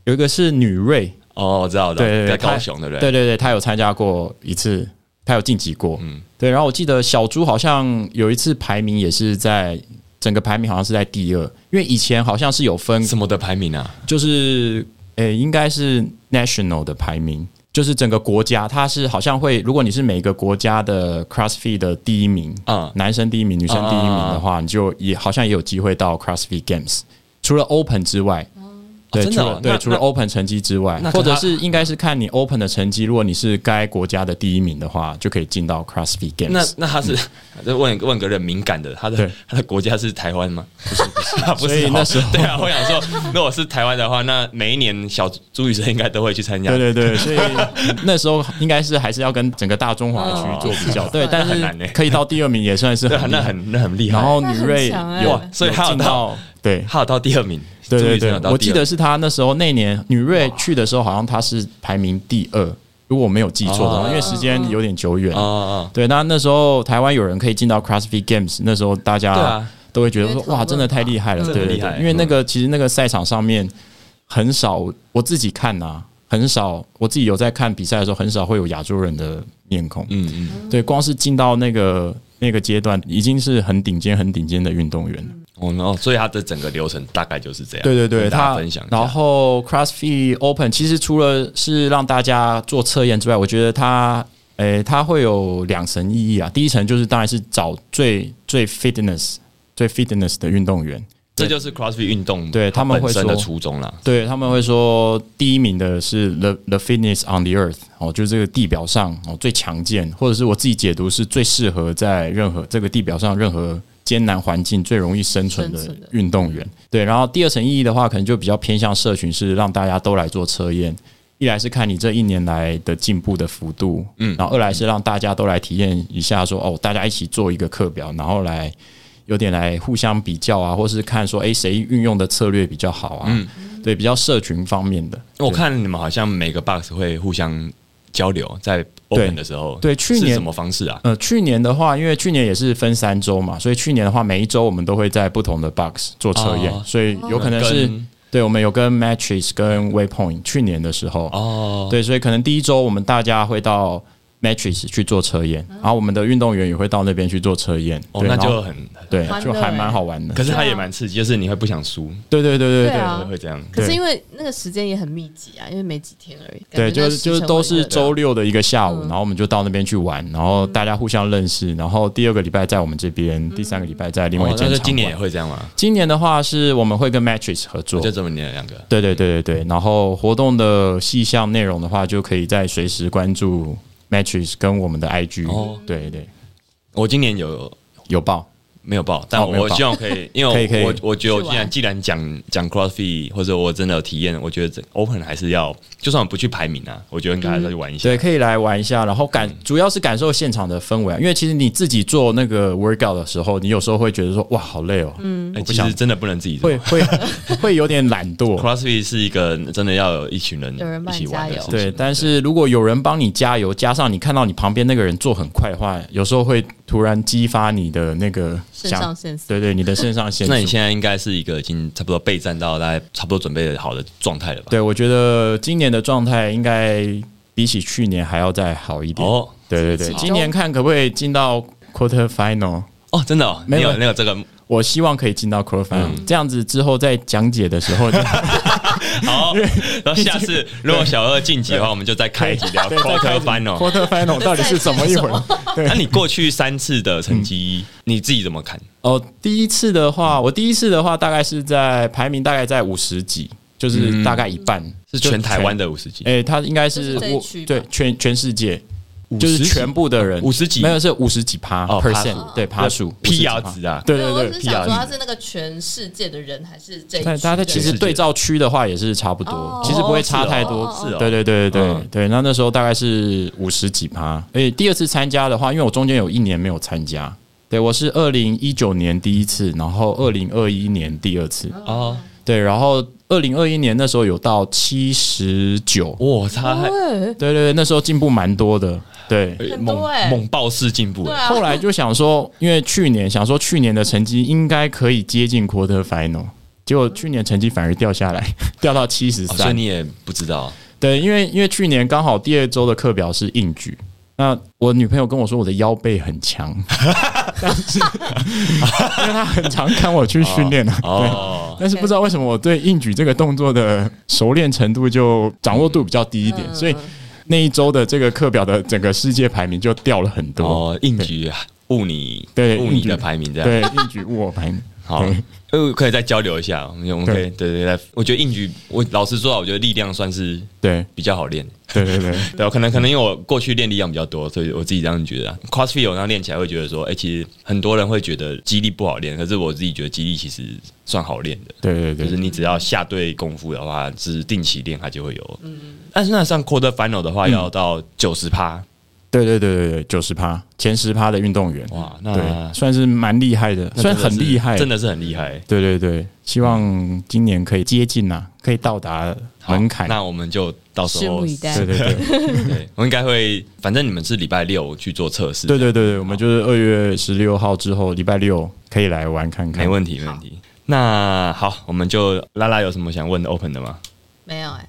[SPEAKER 3] 有一个是女瑞，
[SPEAKER 1] 哦，我知道，我知道
[SPEAKER 3] 对对对，
[SPEAKER 1] 在
[SPEAKER 3] 她
[SPEAKER 1] 高雄，对不对？
[SPEAKER 3] 对对对，她有参加过一次，她有晋级过，嗯，对。然后我记得小猪好像有一次排名也是在整个排名好像是在第二，因为以前好像是有分，
[SPEAKER 1] 什么的排名啊？
[SPEAKER 3] 就是哎、应该是 national 的排名。就是整个国家，它是好像会，如果你是每个国家的 CrossFit 的第一名，
[SPEAKER 1] 啊
[SPEAKER 3] 男生第一名、女生第一名
[SPEAKER 1] 啊
[SPEAKER 3] 的话，你就也好像也有机会到 CrossFit Games。除了 Open 之外，对，
[SPEAKER 1] 真
[SPEAKER 3] 除
[SPEAKER 1] 的
[SPEAKER 3] 了
[SPEAKER 1] 哦
[SPEAKER 3] 对
[SPEAKER 1] 那
[SPEAKER 3] 除了
[SPEAKER 1] 那
[SPEAKER 3] Open 成绩之外
[SPEAKER 1] 那，可
[SPEAKER 3] 或者
[SPEAKER 1] 他
[SPEAKER 3] 是应该是看你 Open 的成绩，如果你是该国家的第一名的话，就可以进到 CrossFit
[SPEAKER 1] 那
[SPEAKER 3] Games。
[SPEAKER 1] 那他是再问问个人敏感的，他的
[SPEAKER 3] 对
[SPEAKER 1] 他的国家是台 湾吗？不是，不是，不
[SPEAKER 3] 所以
[SPEAKER 1] 是哦。
[SPEAKER 3] 那时候
[SPEAKER 1] 对啊，我想说，如果是台湾的话，那每一年小朱雨生应该都会去参加。
[SPEAKER 3] 对对 对，所以那时候应该是还是要跟整个大中华区做比较，
[SPEAKER 2] 哦
[SPEAKER 3] 对，
[SPEAKER 2] 那
[SPEAKER 3] 但
[SPEAKER 1] 很难欸
[SPEAKER 3] 是可以到第二名也算是
[SPEAKER 1] 对啊，
[SPEAKER 3] 很厉
[SPEAKER 1] 那
[SPEAKER 3] 害。
[SPEAKER 1] 很那很厉害。
[SPEAKER 3] 然后女
[SPEAKER 2] 那很
[SPEAKER 3] 瑞
[SPEAKER 2] 强欸
[SPEAKER 3] 有
[SPEAKER 1] 哇，所以他有
[SPEAKER 3] 进
[SPEAKER 1] 到
[SPEAKER 3] 到对
[SPEAKER 1] 他有到第二名，
[SPEAKER 3] 对
[SPEAKER 1] 朱
[SPEAKER 3] 对
[SPEAKER 1] 雨生有
[SPEAKER 3] 对，
[SPEAKER 1] 到
[SPEAKER 3] 我
[SPEAKER 1] 第
[SPEAKER 3] 记
[SPEAKER 1] 二
[SPEAKER 3] 得是他那时候那年女瑞去的时候，好像她是排名第二，如果我没有记错的
[SPEAKER 1] 哦
[SPEAKER 3] 话，因为时间有点久远
[SPEAKER 1] 哦。哦，
[SPEAKER 3] 对，那那时候台湾有人可以进到 CrossFit Games，那时候大
[SPEAKER 1] 对
[SPEAKER 3] 家
[SPEAKER 1] 啊
[SPEAKER 3] 都会觉得说
[SPEAKER 2] 因为讨论
[SPEAKER 3] 哇，真的太厉害了，
[SPEAKER 1] 嘛
[SPEAKER 3] 对
[SPEAKER 1] 真的
[SPEAKER 3] 对
[SPEAKER 1] 很厉害嗯
[SPEAKER 3] 对，因为那个其实那个赛场上面很少，我自己看呐、很少，我自己有在看比赛的时候，很少会有亚洲人的面孔。
[SPEAKER 1] 嗯嗯，
[SPEAKER 3] 对，光是进到那个那个阶段，已经是很顶尖、很顶尖的运动员了。
[SPEAKER 1] 哦，然后所以他的整个流程大概就是这样。
[SPEAKER 3] 对对对，
[SPEAKER 1] 跟大
[SPEAKER 3] 他
[SPEAKER 1] 家分享一下。
[SPEAKER 3] 然后 CrossFit Open 其实除了是让大家做测验之外，我觉得它诶、它会有两层意义啊。第一层就是当然是找最最 fitness 最 fitness 的运动员，
[SPEAKER 1] 这就是 CrossFit 运动
[SPEAKER 3] 对他们会
[SPEAKER 1] 本身的
[SPEAKER 3] 说
[SPEAKER 1] 初衷啦。
[SPEAKER 3] 对他们会说第一名的是 the the fitness on the earth 哦，就是这个地表上哦最强健，或者是我自己解读是最适合在任何这个地表上任何艰难环境最容易生存的
[SPEAKER 2] 生存的
[SPEAKER 3] 运动员。对，然后第二层意义的话，可能就比较偏向社群，是让大家都来做测验。一来是看你这一年来的进步的幅度，嗯，然后二来是让大家都来体验一下说哦，大家一起做一个课表，然后来有点来互相比较啊，或是看说，诶谁运用的策略比较好啊？对，比较社群方面的。
[SPEAKER 1] 我看你们好像每个 box 会互相交流，在 open 的时候，
[SPEAKER 3] 对去
[SPEAKER 1] 是
[SPEAKER 3] 年
[SPEAKER 1] 什么方式啊？
[SPEAKER 3] 呃，去年的话，因为去年也是分三周嘛，所以去年的话，每一周我们都会在不同的 box 做测验，
[SPEAKER 1] 哦
[SPEAKER 3] 所以有可能是、
[SPEAKER 1] 跟
[SPEAKER 3] 对，我们有跟 Matches 跟 Waypoint 去年的时候，
[SPEAKER 1] 哦，
[SPEAKER 3] 对，所以可能第一周我们大家会到 Matches 去做测验，然后我们的运动员也会到那边去做测验，
[SPEAKER 1] 哦，
[SPEAKER 3] 对
[SPEAKER 1] 那
[SPEAKER 3] 然后
[SPEAKER 1] 就很，
[SPEAKER 3] 对
[SPEAKER 2] 欢，
[SPEAKER 3] 就
[SPEAKER 2] 乐
[SPEAKER 3] 还
[SPEAKER 2] 欸
[SPEAKER 3] 蛮好玩的。
[SPEAKER 1] 可是它
[SPEAKER 2] 对啊
[SPEAKER 1] 也蛮刺激，就是你会不想输，
[SPEAKER 3] 对对对对
[SPEAKER 2] 对啊
[SPEAKER 1] 会会这样。
[SPEAKER 2] 可是
[SPEAKER 3] 对
[SPEAKER 2] 因为那个时间也很密集啊，因为没几天而已。感觉
[SPEAKER 3] 对，
[SPEAKER 2] 那
[SPEAKER 3] 就
[SPEAKER 2] 个
[SPEAKER 3] 是
[SPEAKER 2] 时
[SPEAKER 3] 就
[SPEAKER 2] 程
[SPEAKER 3] 是都是
[SPEAKER 2] 会
[SPEAKER 3] 周六的一个下午，
[SPEAKER 2] 嗯
[SPEAKER 3] 然后我们就到那边去玩，然后大家互相认识，然后第二个礼拜在我们这边，第三个礼拜在另外一
[SPEAKER 1] 哦，
[SPEAKER 3] 间
[SPEAKER 1] 那
[SPEAKER 3] 场
[SPEAKER 1] 就
[SPEAKER 3] 馆。
[SPEAKER 1] 今年也会这样吗？
[SPEAKER 3] 今年的话是我们会跟 Matrix 合作
[SPEAKER 1] 哦就，这么年两个，
[SPEAKER 3] 对对对对对，然后活动的细项内容的话，就可以在随时关注 Matrix 跟我们的 IG，、
[SPEAKER 1] 哦
[SPEAKER 3] 对对，
[SPEAKER 1] 我今年有
[SPEAKER 3] 有报，
[SPEAKER 1] 没有报，但
[SPEAKER 3] 哦没有
[SPEAKER 1] 我
[SPEAKER 3] 报
[SPEAKER 1] 希望可 以，因为我
[SPEAKER 3] 可以可以
[SPEAKER 1] 我我觉得我既
[SPEAKER 2] 去
[SPEAKER 1] 然
[SPEAKER 2] 玩
[SPEAKER 1] 既然讲讲 CrossFit 或者我真的有体验，我觉得这 Open 还是要，就算我不去排名啊，我觉得应该还是要去玩一下。
[SPEAKER 3] 对，可以来玩一下，然后感、主要是感受现场的氛围、啊，因为其实你自己做那个 workout 的时候，你有时候会觉得说哇好累哦，嗯，
[SPEAKER 1] 哎，其实真的不能自己做
[SPEAKER 3] 会。会会有点懒 惰，
[SPEAKER 1] CrossFit 是一个真的要有一群人
[SPEAKER 2] 有人
[SPEAKER 1] 一
[SPEAKER 2] 帮你
[SPEAKER 1] 起玩的
[SPEAKER 2] 加油
[SPEAKER 1] 事情，
[SPEAKER 3] 对，但是如果有人帮你加油，加上你看到你旁边那个人做很快的话，有时候会突然激发你的那个
[SPEAKER 2] 肾上腺素。
[SPEAKER 3] 对对，你的肾上腺
[SPEAKER 1] 那你
[SPEAKER 3] 素。
[SPEAKER 1] 现在应该是一个已经差不多备战到大概差不多准备好的状态了吧？
[SPEAKER 3] 对，我觉得今年的状态应该比起去年还要再好一点。
[SPEAKER 1] 哦
[SPEAKER 3] 对对对，今年看可不可以进到 quarter final。
[SPEAKER 1] 哦，真的、哦，
[SPEAKER 3] 没
[SPEAKER 1] 你
[SPEAKER 3] 有
[SPEAKER 1] 有那个这个，
[SPEAKER 3] 我希望可以进到 quarter final，、
[SPEAKER 1] 嗯
[SPEAKER 3] 这样子之后在讲解的时 候就
[SPEAKER 1] 好，然后哦下次如果小二晋级的话，我们就再开一集聊 quarter final。
[SPEAKER 3] quarter final 到底是怎么一回事？
[SPEAKER 1] 那你过去三次的成绩，
[SPEAKER 3] 嗯
[SPEAKER 1] 你自己怎么看？
[SPEAKER 3] 哦，第一次的话，我第一次的话大概是在排名大概在五十几，就是大概一半，
[SPEAKER 1] 嗯是
[SPEAKER 3] 就哎
[SPEAKER 1] 全台湾的五十级？
[SPEAKER 3] 诶，他应该是
[SPEAKER 2] 就是这一
[SPEAKER 3] 我
[SPEAKER 2] 区吧
[SPEAKER 3] 对全全世界，就是全部的人
[SPEAKER 1] 五十几
[SPEAKER 3] 没有是五十几趴
[SPEAKER 1] 哦趴数
[SPEAKER 3] percent，对趴数
[SPEAKER 1] 批
[SPEAKER 3] 50
[SPEAKER 1] 牙
[SPEAKER 3] 几趴
[SPEAKER 1] 值啊，
[SPEAKER 3] 对对
[SPEAKER 2] 我
[SPEAKER 3] 对
[SPEAKER 2] 只是
[SPEAKER 3] ，P
[SPEAKER 2] 想
[SPEAKER 3] R
[SPEAKER 2] 说，他是那个全世界的人，还是这一
[SPEAKER 3] 但
[SPEAKER 2] 区
[SPEAKER 3] 大
[SPEAKER 2] 的
[SPEAKER 3] 家
[SPEAKER 2] 人
[SPEAKER 3] 其实对照区的话也是差不多
[SPEAKER 2] 哦，
[SPEAKER 3] 其实不会差太多
[SPEAKER 1] 哦是哦是哦。
[SPEAKER 3] 对对对对对
[SPEAKER 1] 嗯
[SPEAKER 3] 对，那那时候大概是五十几趴。而且第二次参加的话，因为我中间有一年没有参加，对我是二零一九年第一次，然后二零二一年第二次，
[SPEAKER 1] 哦，
[SPEAKER 3] 对，然后二零二一年那时候有到七十九，
[SPEAKER 1] 哇，差太
[SPEAKER 2] 对
[SPEAKER 3] 对对对，那时候进步蛮多的，对。
[SPEAKER 1] 哎
[SPEAKER 2] 哦很
[SPEAKER 1] 猛
[SPEAKER 2] 多欸
[SPEAKER 1] 猛爆式进步
[SPEAKER 2] 对
[SPEAKER 1] 欸，
[SPEAKER 2] 啊，
[SPEAKER 3] 后来就想说，因为去年想说去年的成绩应该可以接近 quarter final，结果去年成绩反而掉下来， 掉到七十
[SPEAKER 1] 哦所以
[SPEAKER 3] 三。
[SPEAKER 1] 你也不知道
[SPEAKER 3] 对，因为因为去年刚好第二周的课表是硬举，那我女朋友跟我说我的腰背很强，但是因为她很常看我去训练啊，对。
[SPEAKER 1] 哦，
[SPEAKER 3] 但是不知道为什么我对硬举这个动作的熟练程度就掌握度比较低一点，所以那一周的这个课表的整个世界排名就掉了很多。
[SPEAKER 1] 哦，应局啊误你
[SPEAKER 3] 对
[SPEAKER 1] 误
[SPEAKER 3] 硬
[SPEAKER 1] 你
[SPEAKER 3] 举
[SPEAKER 1] 的排名这样，
[SPEAKER 3] 对，硬举误我排名。
[SPEAKER 1] 好， 呃，可以再交流一下，我们我们可以对对对，我觉得应局，我老实说啊，我觉得力量算是
[SPEAKER 3] 对
[SPEAKER 1] 比较好练。
[SPEAKER 3] 对对对嗯
[SPEAKER 1] 对啊，可能可能因为我过去练力量比较多，所以我自己这样觉得、啊。CrossFit 我那样练起来会觉得说，哎、其实很多人会觉得肌力不好练，可是我自己觉得肌力其实算好练的，
[SPEAKER 3] 对对
[SPEAKER 1] 就
[SPEAKER 3] 对
[SPEAKER 1] 是
[SPEAKER 3] 对，
[SPEAKER 1] 你只要下对功夫的话，是定期练它就会有。
[SPEAKER 3] 嗯
[SPEAKER 1] 但是那上 Quarter Final 的话，要到九十趴，
[SPEAKER 3] 对对对对对，九十趴前十趴的运动员，
[SPEAKER 1] 哇，
[SPEAKER 3] 嗯对，
[SPEAKER 1] 那
[SPEAKER 3] 算是蛮厉害的，
[SPEAKER 1] 那
[SPEAKER 3] 算
[SPEAKER 1] 真的
[SPEAKER 3] 很
[SPEAKER 1] 是
[SPEAKER 3] 厉害，
[SPEAKER 1] 真的是很厉害。
[SPEAKER 3] 对对对，希望今年可以接近啊，可以到达
[SPEAKER 1] 好
[SPEAKER 3] 门槛。
[SPEAKER 1] 那我们就到时
[SPEAKER 2] 拭
[SPEAKER 1] 候
[SPEAKER 2] 目，以待。
[SPEAKER 3] 对对对对
[SPEAKER 1] 对，我应该会，反正你们是礼拜六去做测试，
[SPEAKER 3] 对对对，我们就是二月十六号之后，礼拜六可以来玩看看。
[SPEAKER 1] 没问题，没问题。那好，我们就拉拉有什么想问的 Open 的吗？
[SPEAKER 2] 没有哎，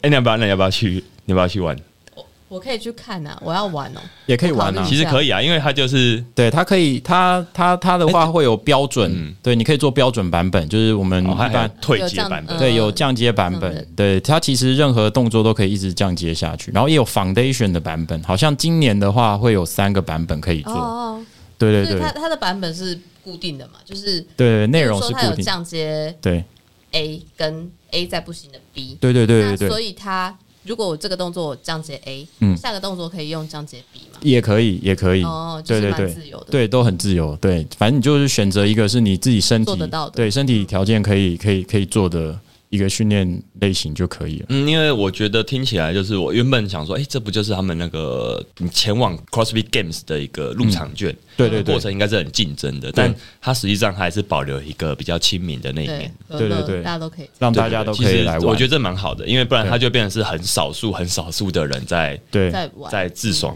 [SPEAKER 1] 哎、你要不要？那你要不要去？你要不要去玩？
[SPEAKER 2] 我我可以去看呐，我要玩哦。
[SPEAKER 3] 也可以玩
[SPEAKER 2] 我考
[SPEAKER 3] 啊
[SPEAKER 2] 虑。
[SPEAKER 1] 其实可以啊，因为它就是
[SPEAKER 3] 对，它可以，它它它的话会有标准
[SPEAKER 1] 嗯，
[SPEAKER 3] 对，你可以做标准版本，就是我们
[SPEAKER 1] 哦，还
[SPEAKER 3] 一
[SPEAKER 1] 还有哦
[SPEAKER 3] 般。
[SPEAKER 1] 退阶版
[SPEAKER 2] 有
[SPEAKER 1] 本
[SPEAKER 2] 这样
[SPEAKER 3] 对，有降阶版
[SPEAKER 2] 嗯嗯
[SPEAKER 3] 本，对它其实任何动作都可以一直降阶下去，然后也有 foundation 的版本，好像今年的话会有三个版本可以
[SPEAKER 2] 哦
[SPEAKER 3] 做，
[SPEAKER 2] 哦，
[SPEAKER 3] 对
[SPEAKER 2] 哦所
[SPEAKER 3] 对
[SPEAKER 2] 以它
[SPEAKER 3] 对
[SPEAKER 2] 它的版本是固定的嘛，就是
[SPEAKER 3] 对，内容
[SPEAKER 2] 比
[SPEAKER 3] 是
[SPEAKER 2] 如说它
[SPEAKER 3] 固
[SPEAKER 2] 有
[SPEAKER 3] 定的，
[SPEAKER 2] 降阶
[SPEAKER 3] 对
[SPEAKER 2] A 跟 A 再不行的 B，
[SPEAKER 3] 对对对对
[SPEAKER 2] 那所
[SPEAKER 3] 对，
[SPEAKER 2] 以它如果我这个动作我降阶 A，
[SPEAKER 3] 嗯
[SPEAKER 2] 下个动作可以用降阶 B 嘛？
[SPEAKER 3] 也可以也可以，
[SPEAKER 2] 哦，就
[SPEAKER 3] 对
[SPEAKER 2] 是
[SPEAKER 3] 对
[SPEAKER 2] 蛮
[SPEAKER 3] 对
[SPEAKER 2] 自由的。
[SPEAKER 3] 对，都很自由。对，反正你就是选择一个是你自己身体
[SPEAKER 2] 做得到的
[SPEAKER 3] 对身体条件可以可以可以做的一个训练类型就可以了。
[SPEAKER 1] 嗯，因为我觉得听起来就是我原本想说，哎、这不就是他们那个嗯前往 CrossFit Games 的一个入场券？
[SPEAKER 3] 对对对
[SPEAKER 1] 过程应该是很竞争的，但它实际上还是保留一个比较亲民的那一
[SPEAKER 2] 对
[SPEAKER 1] 面。，
[SPEAKER 2] 对
[SPEAKER 3] 对对对
[SPEAKER 2] 大家都可以。
[SPEAKER 3] 让
[SPEAKER 1] 对
[SPEAKER 3] 大家都可
[SPEAKER 1] 其
[SPEAKER 3] 以
[SPEAKER 1] 实
[SPEAKER 3] 来玩。
[SPEAKER 1] 我觉得这蛮好的，因为不然
[SPEAKER 3] 对
[SPEAKER 1] 它就变成是很少数、很少数的人在
[SPEAKER 3] 对
[SPEAKER 2] 在玩，嗯
[SPEAKER 1] 在自爽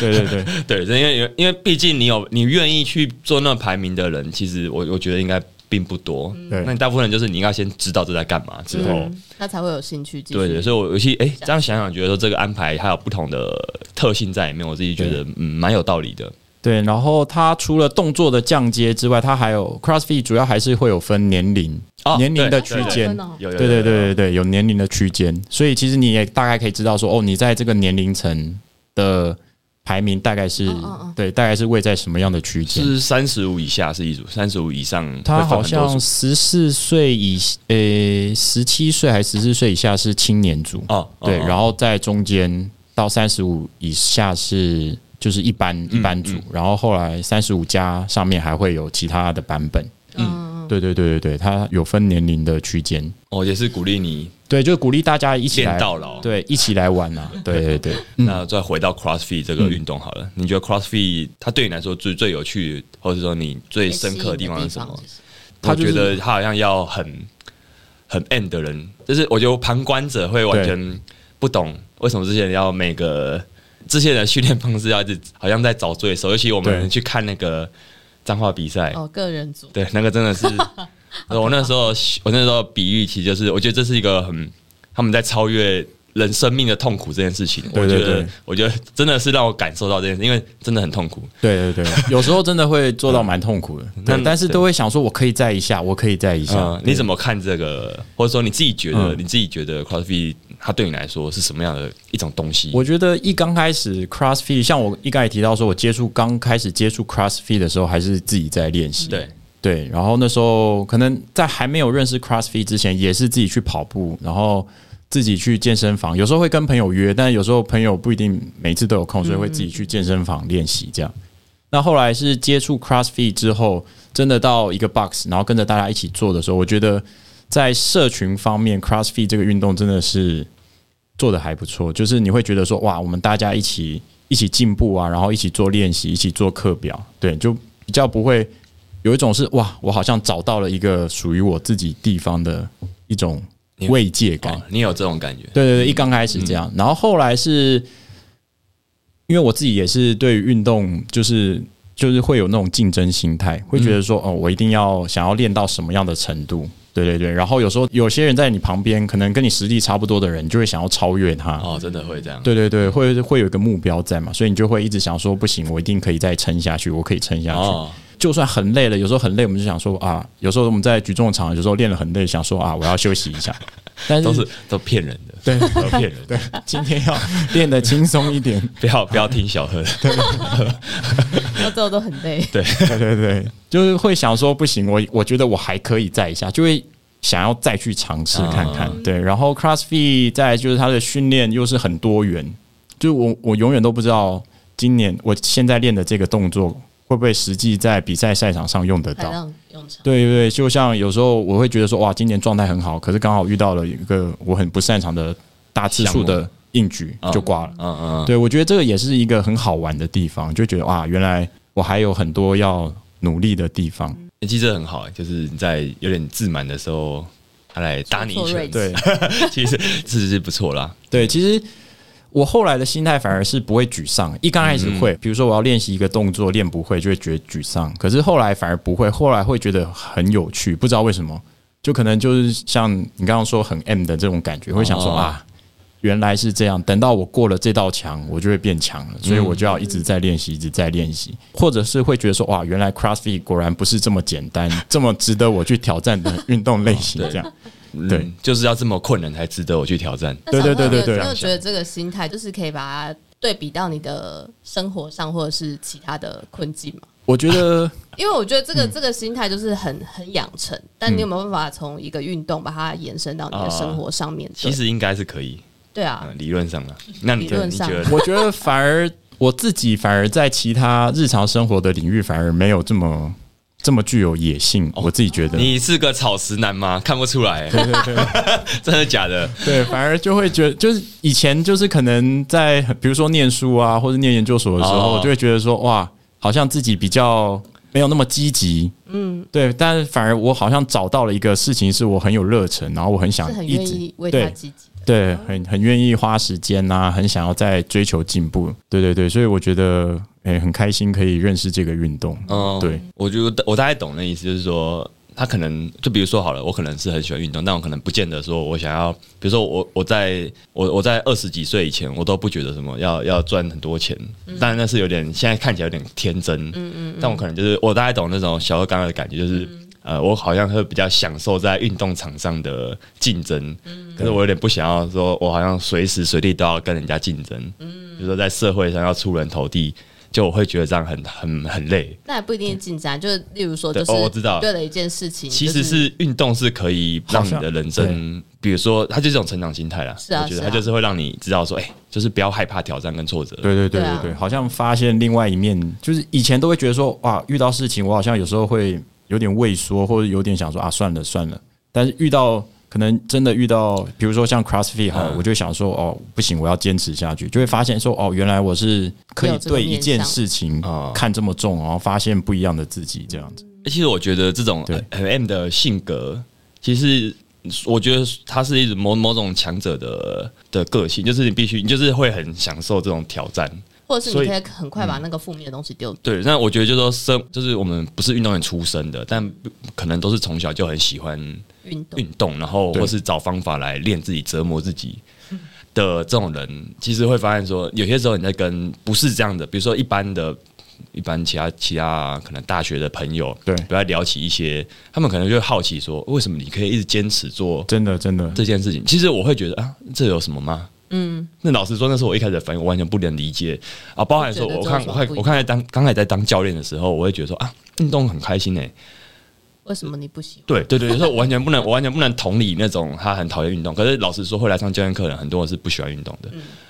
[SPEAKER 3] 对对对
[SPEAKER 1] 对，因为因为毕竟你有你愿意去做那排名的人，其实我我觉得应该并不多。
[SPEAKER 3] 对
[SPEAKER 1] 那你大部分人就是你应该先知道这在干嘛之后，
[SPEAKER 2] 嗯，他才会有兴趣继续。
[SPEAKER 1] 对对，所以我有些哎、这样想想，觉得说这个安排还有不同的特性在里面，我自己觉得嗯蛮有道理的。
[SPEAKER 3] 对。然后它除了动作的降阶之外，它还有 CrossFit 主要还是会有分年龄、
[SPEAKER 1] 哦
[SPEAKER 3] 年龄的
[SPEAKER 1] 对
[SPEAKER 3] 区
[SPEAKER 1] 对
[SPEAKER 3] 间
[SPEAKER 2] 对。哦
[SPEAKER 1] 有有
[SPEAKER 3] 对对对对对，有年龄的区间，所以其实你也大概可以知道说，哦，你在这个年龄层的排名大概是
[SPEAKER 2] 嗯嗯嗯
[SPEAKER 3] 对，大概是位在什么样的区间？
[SPEAKER 1] 是三十五以下是一组，三十五以上
[SPEAKER 3] 他
[SPEAKER 1] 会分
[SPEAKER 3] 好
[SPEAKER 1] 很多组
[SPEAKER 3] 像十四岁以呃十七岁还十四岁以下是青年组，
[SPEAKER 1] 哦
[SPEAKER 3] 对，然
[SPEAKER 1] 后
[SPEAKER 3] 后在中间到三十五以下是就是一般
[SPEAKER 1] 嗯
[SPEAKER 3] 一般组，然后后来三十五加上面还会有其他的版本，
[SPEAKER 2] 嗯，
[SPEAKER 3] 对对对对对，它有分年龄的区间，
[SPEAKER 1] 哦也是鼓励你
[SPEAKER 3] 对，就鼓励大家一起
[SPEAKER 1] 练
[SPEAKER 3] 来，
[SPEAKER 1] 到老。
[SPEAKER 3] 对，一起来 玩啊，对对对，
[SPEAKER 1] 那再回到 CrossFit
[SPEAKER 3] 嗯
[SPEAKER 1] 这个运动好了，你觉得 CrossFit 它对你来说最最有趣，或者说你最
[SPEAKER 2] 被
[SPEAKER 1] 深刻的地方是什么
[SPEAKER 2] 吸引的地方？其实
[SPEAKER 1] 我
[SPEAKER 3] 他就是
[SPEAKER 1] 觉得他好像要很很 end 的人，就是我觉得旁观者会完全不懂为什么这些人要每个这些人的训练方式要一直好像在找罪受，尤其我
[SPEAKER 3] 对
[SPEAKER 1] 们去看那个脏话比赛，
[SPEAKER 2] 哦，个人组
[SPEAKER 1] 对，那个真的是我那时候我那时候比喻其实就是，我觉得这是一个很他们在超越。人生命的痛苦这件事情，
[SPEAKER 3] 对对
[SPEAKER 1] 我觉得
[SPEAKER 3] 对，
[SPEAKER 1] 我觉得真的是让我感受到这件事，因为真的很痛苦。
[SPEAKER 3] 对对对，有时候真的会做到蛮痛苦的，对，
[SPEAKER 1] 嗯那
[SPEAKER 3] 但是都会想说我可以再一下，我可以再一下
[SPEAKER 1] 嗯，，你怎么看这个？或者说你自己觉得，
[SPEAKER 3] 啊嗯
[SPEAKER 1] 你自己觉得 CrossFit 它对你来说是什么样的一种东西？
[SPEAKER 3] 我觉得一刚开始 CrossFit，像我一刚才提到说，我接触刚开始接触 CrossFit 的时候，还是自己在练习。
[SPEAKER 1] 对
[SPEAKER 3] 对，然后那时候可能在还没有认识 CrossFit 之前，也是自己去跑步，然后自己去健身房，有时候会跟朋友约，但有时候朋友不一定每次都有空，所以会自己去健身房练习这样。那后来是接触 CrossFit 之后，真的到一个 box，然后跟着大家一起做的时候，我觉得在社群方面，CrossFit 这个运动真的是做的还不错。就是你会觉得说，哇，我们大家一起一起进步啊，然后一起做练习，一起做课表，对，就比较不会有一种是哇，我好像找到了一个属于我自己地方的一种慰藉感
[SPEAKER 1] 哦。你有这种感觉？
[SPEAKER 3] 对对对，一刚开始这
[SPEAKER 1] 嗯
[SPEAKER 3] 样，然后后来是因为我自己也是对于运动就是。就是会有那种竞争心态，会觉得说，
[SPEAKER 1] 嗯
[SPEAKER 3] 哦，我一定要想要练到什么样的程度，对对对。然后有时候有些人在你旁边，可能跟你实力差不多的人，就会想要超越他，
[SPEAKER 1] 哦，真的会这样。
[SPEAKER 3] 对对对，会会有一个目标在嘛，所以你就会一直想说，不行，我一定可以再撑下去，我可以撑下去。
[SPEAKER 1] 哦，
[SPEAKER 3] 就算很累了，有时候很累，我们就想说啊，有时候我们在举重场，有时候练了很累，想说啊，我要休息一 下。但
[SPEAKER 1] 都
[SPEAKER 3] 是
[SPEAKER 1] 是都骗人的，
[SPEAKER 3] 对
[SPEAKER 1] 都骗人的。
[SPEAKER 3] 今天要练得轻松一点，
[SPEAKER 1] 不要不要听小贺的，
[SPEAKER 2] 到最后都很累。
[SPEAKER 3] 对对对，就是会想说不行，我我觉得我还可以再一下，就会想要再去尝试看看。对，然后 CrossFit 再来就是它的训练又是很多元，就是我我永远都不知道今年我现在练的这个动作会不会实际在比赛赛场上用得
[SPEAKER 2] 海
[SPEAKER 3] 到。
[SPEAKER 2] 浪用场，
[SPEAKER 3] 对对对，就像有时候我会觉得说，哇，今年状态很好，可是刚好遇到了一个我很不擅长的大次数
[SPEAKER 1] 项
[SPEAKER 3] 的硬举
[SPEAKER 1] 嗯
[SPEAKER 3] 就挂了。
[SPEAKER 1] 嗯嗯，
[SPEAKER 3] 对，我觉得这个也是一个很好玩的地方，就觉得哇，原来我还有很多要努力的地方。
[SPEAKER 1] 你记得很好，就是你在有点自满的时候，他来打你一
[SPEAKER 2] 做
[SPEAKER 1] 拳，
[SPEAKER 2] 对
[SPEAKER 3] 对
[SPEAKER 1] 其实是是不错啦。
[SPEAKER 3] 对，其实我后来的心态反而是不会沮丧，一刚开始会，比如说我要练习一个动作，练不会就会觉得沮丧，可是后来反而不会，后来会觉得很有趣，不知道为什么，就可能就是像你刚刚说很 M 的这种感觉，会想说、
[SPEAKER 1] 哦
[SPEAKER 3] 啊。原来是这样，等到我过了这道墙，我就会变强了，所以我就要一直在练习，一直在练习，或者是会觉得说，哇，原来 CrossFit 果然不是这么简单，这么值得我去挑战的运动类型，这样。
[SPEAKER 1] 嗯
[SPEAKER 3] 对，
[SPEAKER 1] 就是要这么困难才值得我去挑战。
[SPEAKER 3] 对对对
[SPEAKER 2] 那
[SPEAKER 3] 对对
[SPEAKER 2] 小朋友有没有觉得这个心态就是可以把它对比到你的生活上，或者是其他的困境嘛？
[SPEAKER 3] 我觉得
[SPEAKER 2] 因为我觉得这
[SPEAKER 1] 嗯
[SPEAKER 2] 个、这个心态就是很很养成，但你有没有办法从一个运动把它延伸到你的生活上面？
[SPEAKER 1] 其实应该是可以，
[SPEAKER 2] 对啊
[SPEAKER 1] 嗯，理论上啊。那你
[SPEAKER 2] 理论
[SPEAKER 1] 你觉
[SPEAKER 2] 上
[SPEAKER 1] 得？
[SPEAKER 3] 我觉得反而我自己反而在其他日常生活的领域反而没有这么这么具有野性，我自己觉得。
[SPEAKER 1] 哦你是个草食男吗？看不出 来、真的假的？
[SPEAKER 3] 对，反而就会觉得，就是以前就是可能在比如说念书啊，或者念研究所的时候，
[SPEAKER 1] 哦
[SPEAKER 3] 我就会觉得说，哇，好像自己比较没有那么积极，嗯，对。但是反而我好像找到了一个事情，是我很有热忱，然后我很想
[SPEAKER 2] 是很
[SPEAKER 3] 一
[SPEAKER 2] 愿
[SPEAKER 3] 直
[SPEAKER 2] 意为他
[SPEAKER 3] 对
[SPEAKER 2] 积极。
[SPEAKER 3] 对，很很愿意花时间呐、很想要再追求进步。对对对，所以我觉得，哎、很开心可以认识这个运动。
[SPEAKER 1] 嗯，
[SPEAKER 3] 对，
[SPEAKER 1] 我觉得我大概懂那意思，就是说。他可能就比如说好了，我可能是很喜欢运动，但我可能不见得说我想要，比如说我我在我我在二十几岁以前，我都不觉得什么要要赚很多钱，当然那是有点现在看起来有点天真，嗯嗯，但我可能就是我大概懂那种小二刚刚的感觉，就是、呃，我好像会比较享受在运动场上的竞争，可是我有点不想要说，我好像随时随地都要跟人家竞争，嗯，比如说在社会上要出人头地，就我会觉得这样很很很累，
[SPEAKER 2] 那也不一定进展，就是例如说，就
[SPEAKER 1] 对
[SPEAKER 2] 是
[SPEAKER 1] 哦我知道
[SPEAKER 2] 对了一件事情，
[SPEAKER 1] 其实
[SPEAKER 2] 就是
[SPEAKER 1] 是运动是可以让你的人
[SPEAKER 3] 好
[SPEAKER 1] 生，比如说，它就是一种成长心态啦。
[SPEAKER 2] 是啊
[SPEAKER 1] 我觉
[SPEAKER 2] 是
[SPEAKER 1] 得
[SPEAKER 2] 啊
[SPEAKER 1] 它就是会让你知道说，哎、就是不要害怕挑战跟挫折。
[SPEAKER 3] 对对对
[SPEAKER 2] 对啊
[SPEAKER 3] 对对，好像发现另外一面，就是以前都会觉得说，哇，遇到事情我好像有时候会有点畏缩，或者有点想说啊，算了算了。但是遇到可能真的遇到，比如说像 CrossFit 哈、
[SPEAKER 1] 嗯
[SPEAKER 3] 我就会想说，哦，不行，我要坚持下去，就会发现说，哦，原来我是可
[SPEAKER 2] 没
[SPEAKER 3] 以
[SPEAKER 2] 有这个
[SPEAKER 3] 对一件
[SPEAKER 2] 面向
[SPEAKER 3] 事情
[SPEAKER 1] 哦
[SPEAKER 3] 看这么重，然后发现不一样的自己这样子。
[SPEAKER 1] 欸其实我觉得这种
[SPEAKER 3] 对
[SPEAKER 1] 很 M 的性格，其实我觉得它是一种某某种强者的的个性，就是你必须，你就是会很享受这种挑战。
[SPEAKER 2] 或者是
[SPEAKER 1] 所以嗯
[SPEAKER 2] 你可以很快把那个负面的东西丢掉。
[SPEAKER 1] 对，那我觉得就是说生，就是我们不是运动员出身的，但可能都是从小就很喜欢
[SPEAKER 2] 运动
[SPEAKER 1] 运动，然后
[SPEAKER 3] 对
[SPEAKER 1] 或是找方法来练自己、折磨自己的这种人，其实会发现说，有些时候你在跟不是这样的，比如说一般的、一般其他其他可能大学的朋友，
[SPEAKER 3] 对
[SPEAKER 1] 不要聊起一些，他们可能就会好奇说，为什么你可以一直坚持做
[SPEAKER 3] 真的真的，
[SPEAKER 1] 这件事情？其实我会觉得啊，这有什么吗？嗯，那老实说，那是我一开始的反应，我完全不能理解啊。包含说，
[SPEAKER 2] 我觉得
[SPEAKER 1] 我
[SPEAKER 2] 这有
[SPEAKER 1] 看
[SPEAKER 2] 什么
[SPEAKER 1] 我看
[SPEAKER 2] 不一
[SPEAKER 1] 我看在当刚才在当教练的时候，我会觉得说啊，运动很开心哎、
[SPEAKER 2] 为什么你不喜欢？
[SPEAKER 1] 对对对，所以我完全不能，我完全不能同理那种他很讨厌运动。可是老实说，会来上教练课的人，很多人是不喜欢运动的，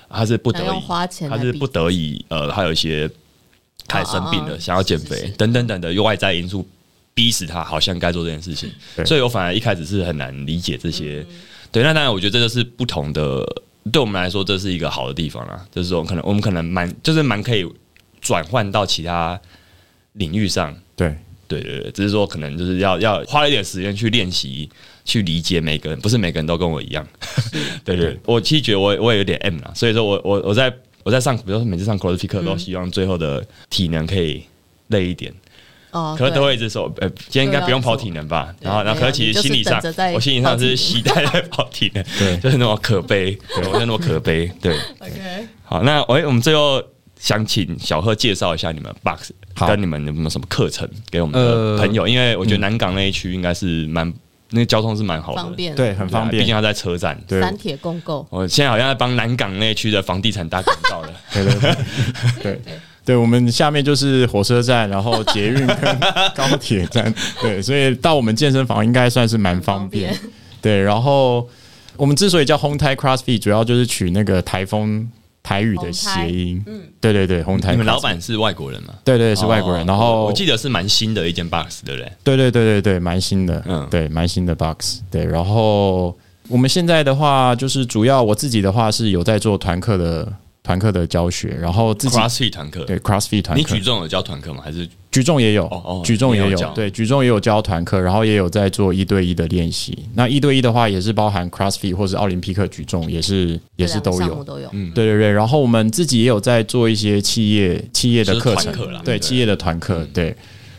[SPEAKER 1] 他是不得
[SPEAKER 2] 想
[SPEAKER 1] 已
[SPEAKER 2] 用花钱，来
[SPEAKER 1] 他是
[SPEAKER 2] 比
[SPEAKER 1] 不得已，呃，他有一些他也生病
[SPEAKER 2] 哦
[SPEAKER 1] 了，
[SPEAKER 2] 哦
[SPEAKER 1] 想要减
[SPEAKER 2] 是是
[SPEAKER 1] 肥
[SPEAKER 2] 是
[SPEAKER 1] 等等等的，又外在因素逼使他好像该做这件事情，
[SPEAKER 3] 对
[SPEAKER 1] 所以我反而一开始是很难理解这些。
[SPEAKER 2] 嗯
[SPEAKER 1] 对，那当然，我觉得这就是不同的，对我们来说这是一个好的地方啦，就是说可能我们可能蛮就是蛮可以转换到其他领域上，
[SPEAKER 3] 对，
[SPEAKER 1] 对对对，只是说可能就是要要花了一点时间去练习，去理解每个人，不是每个人都跟我一样。 对对，对我其实觉得我我也有点 M 啦，所以说我我我在我在上，比如说每次上 CrossFit 课，
[SPEAKER 2] 嗯
[SPEAKER 1] 都希望最后的体能可以累一点，
[SPEAKER 2] 哦，
[SPEAKER 1] 可是
[SPEAKER 2] 对
[SPEAKER 1] 都会一直说，呃，今天应该不用跑体能吧？
[SPEAKER 2] 对
[SPEAKER 1] 然后然后可
[SPEAKER 2] 没有
[SPEAKER 1] 是其实心理
[SPEAKER 2] 你
[SPEAKER 1] 上
[SPEAKER 2] 就是等着在，
[SPEAKER 1] 我心理上是期待在跑体能，
[SPEAKER 3] 对
[SPEAKER 1] 就是那么可悲，对，我就那么可悲，对。
[SPEAKER 2] OK，
[SPEAKER 1] 好，那哎、我们最后想请小贺介绍一下你们 Box
[SPEAKER 3] 好呃嗯
[SPEAKER 1] 跟你们有没有什么课程给我们的朋友，因为我觉得南港那一区应该是蛮、那个交通是蛮好的，
[SPEAKER 2] 方便
[SPEAKER 3] 对，很
[SPEAKER 1] 对啊
[SPEAKER 3] 方
[SPEAKER 1] 毕竟
[SPEAKER 3] 便。
[SPEAKER 1] 它在车站。
[SPEAKER 3] 对
[SPEAKER 2] 三铁共购，
[SPEAKER 1] 我现在好像在帮南港那一区的房地产打广告 了，
[SPEAKER 3] 对对对对对，我们下面就是火车站，然后捷运跟高铁 站，对，所以到我们健身房应该算是蛮方便。
[SPEAKER 2] 很
[SPEAKER 3] 对，然后我们之所以叫 Home Thai CrossFit，主要就是取那个台风台语的谐音。嗯，对对对，Home Thai。
[SPEAKER 1] 你们老？板是外国人吗？
[SPEAKER 3] 对对，是外国人。
[SPEAKER 1] 哦
[SPEAKER 3] 然后
[SPEAKER 1] 我记得是蛮新的一间 Box，对不对？
[SPEAKER 3] 对对对对对，蛮新的，
[SPEAKER 1] 嗯
[SPEAKER 3] 嗯，对，蛮新的 box，对。然后我们现在的话，就是主要我自己的话是有在做团课的团课的教学，然后自己
[SPEAKER 1] CrossFit 团课，
[SPEAKER 3] 对 CrossFit 团
[SPEAKER 1] 你
[SPEAKER 3] 课
[SPEAKER 1] 举，重有教团课吗？还是
[SPEAKER 3] 举重也有，
[SPEAKER 1] 哦哦
[SPEAKER 3] 举重
[SPEAKER 1] 也
[SPEAKER 3] 也
[SPEAKER 1] 有
[SPEAKER 3] 有，
[SPEAKER 1] 教
[SPEAKER 3] 对，举重也有教团课，然后也有在做一对一的练习。那一对一的话，也是包含 CrossFit 或是奥林匹克举重，也是也是
[SPEAKER 2] 这两个
[SPEAKER 3] 都
[SPEAKER 2] 项目
[SPEAKER 3] 有。
[SPEAKER 2] 都有，嗯
[SPEAKER 3] 对对对，然后我们自己也有在做一些企业企业的课程
[SPEAKER 1] 就是团课啦，嗯对嗯
[SPEAKER 3] 对企业的团课，对。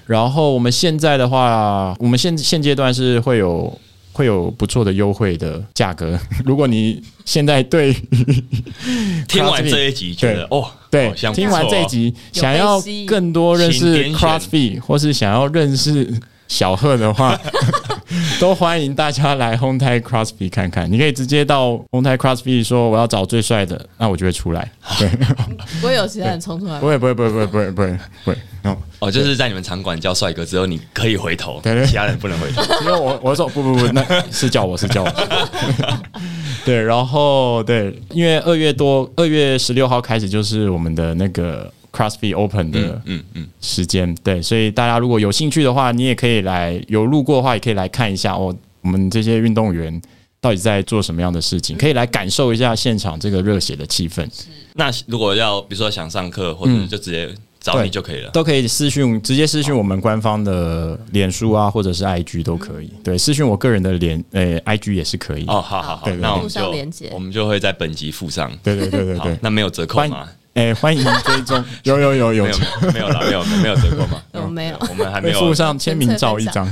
[SPEAKER 3] 然后我们现在的话，我们现现阶段是会有会有不错的优惠的价格。 如果你现在对
[SPEAKER 1] 听完这一集觉得哦，
[SPEAKER 3] 对
[SPEAKER 1] 好像不错哦
[SPEAKER 3] 听完这一集，
[SPEAKER 2] 有
[SPEAKER 3] 想要
[SPEAKER 2] 被吸引
[SPEAKER 3] 更多认
[SPEAKER 1] 请
[SPEAKER 3] 识
[SPEAKER 1] 点选
[SPEAKER 3] CrossFit 或是想要认识小贺 的话，都欢迎大家来 Home Thai CrossFit 看看。你可以直接到 Home Thai CrossFit 说我要找最帅的，那我就会出来。
[SPEAKER 2] 不会有其他人冲出来
[SPEAKER 3] 不。会不会不会不会不会不会不会，哦，
[SPEAKER 1] 哦，就是在你们场馆叫帅哥之后，你可以回头，
[SPEAKER 3] 对对
[SPEAKER 1] 其他人不能回头。
[SPEAKER 3] 因为我我说不不不， 那是叫我是叫我， 对，然后对，因为二月多二月十六号开始就是我们的那个 CrossFit Open 的
[SPEAKER 1] 嗯嗯，
[SPEAKER 3] 时间，对，所以大家如果有兴趣的话，你也可以来，有路过的话也可以来看一下哦，我们这些运动员到底在做什么样的事
[SPEAKER 1] 嗯
[SPEAKER 3] 情，可以来感受一下现场这个热血的气氛，
[SPEAKER 1] 那如果要比如说想上课，或
[SPEAKER 3] 嗯
[SPEAKER 1] 者就直接找你就可以了。
[SPEAKER 3] 都可以私讯，直接私讯我们官方的脸书啊，或者是 IG 都可以，对，私讯我个人的脸，呃，IG 也是可以，
[SPEAKER 1] 哦，好好好，
[SPEAKER 3] 对对对
[SPEAKER 1] 那我们
[SPEAKER 2] 附上
[SPEAKER 1] 就
[SPEAKER 2] 连结
[SPEAKER 1] 我们就会在本集附上。
[SPEAKER 3] 对对对对
[SPEAKER 1] 好
[SPEAKER 3] 对，。
[SPEAKER 1] 那没有折扣
[SPEAKER 3] 欢
[SPEAKER 1] 吗？
[SPEAKER 3] 哎、欢迎追踪，有有有有
[SPEAKER 1] 没有，没有了，没有没有折扣 吗？
[SPEAKER 2] 我嗯没有
[SPEAKER 1] 我们还没
[SPEAKER 3] 会
[SPEAKER 1] 有
[SPEAKER 3] 附上签名照一张，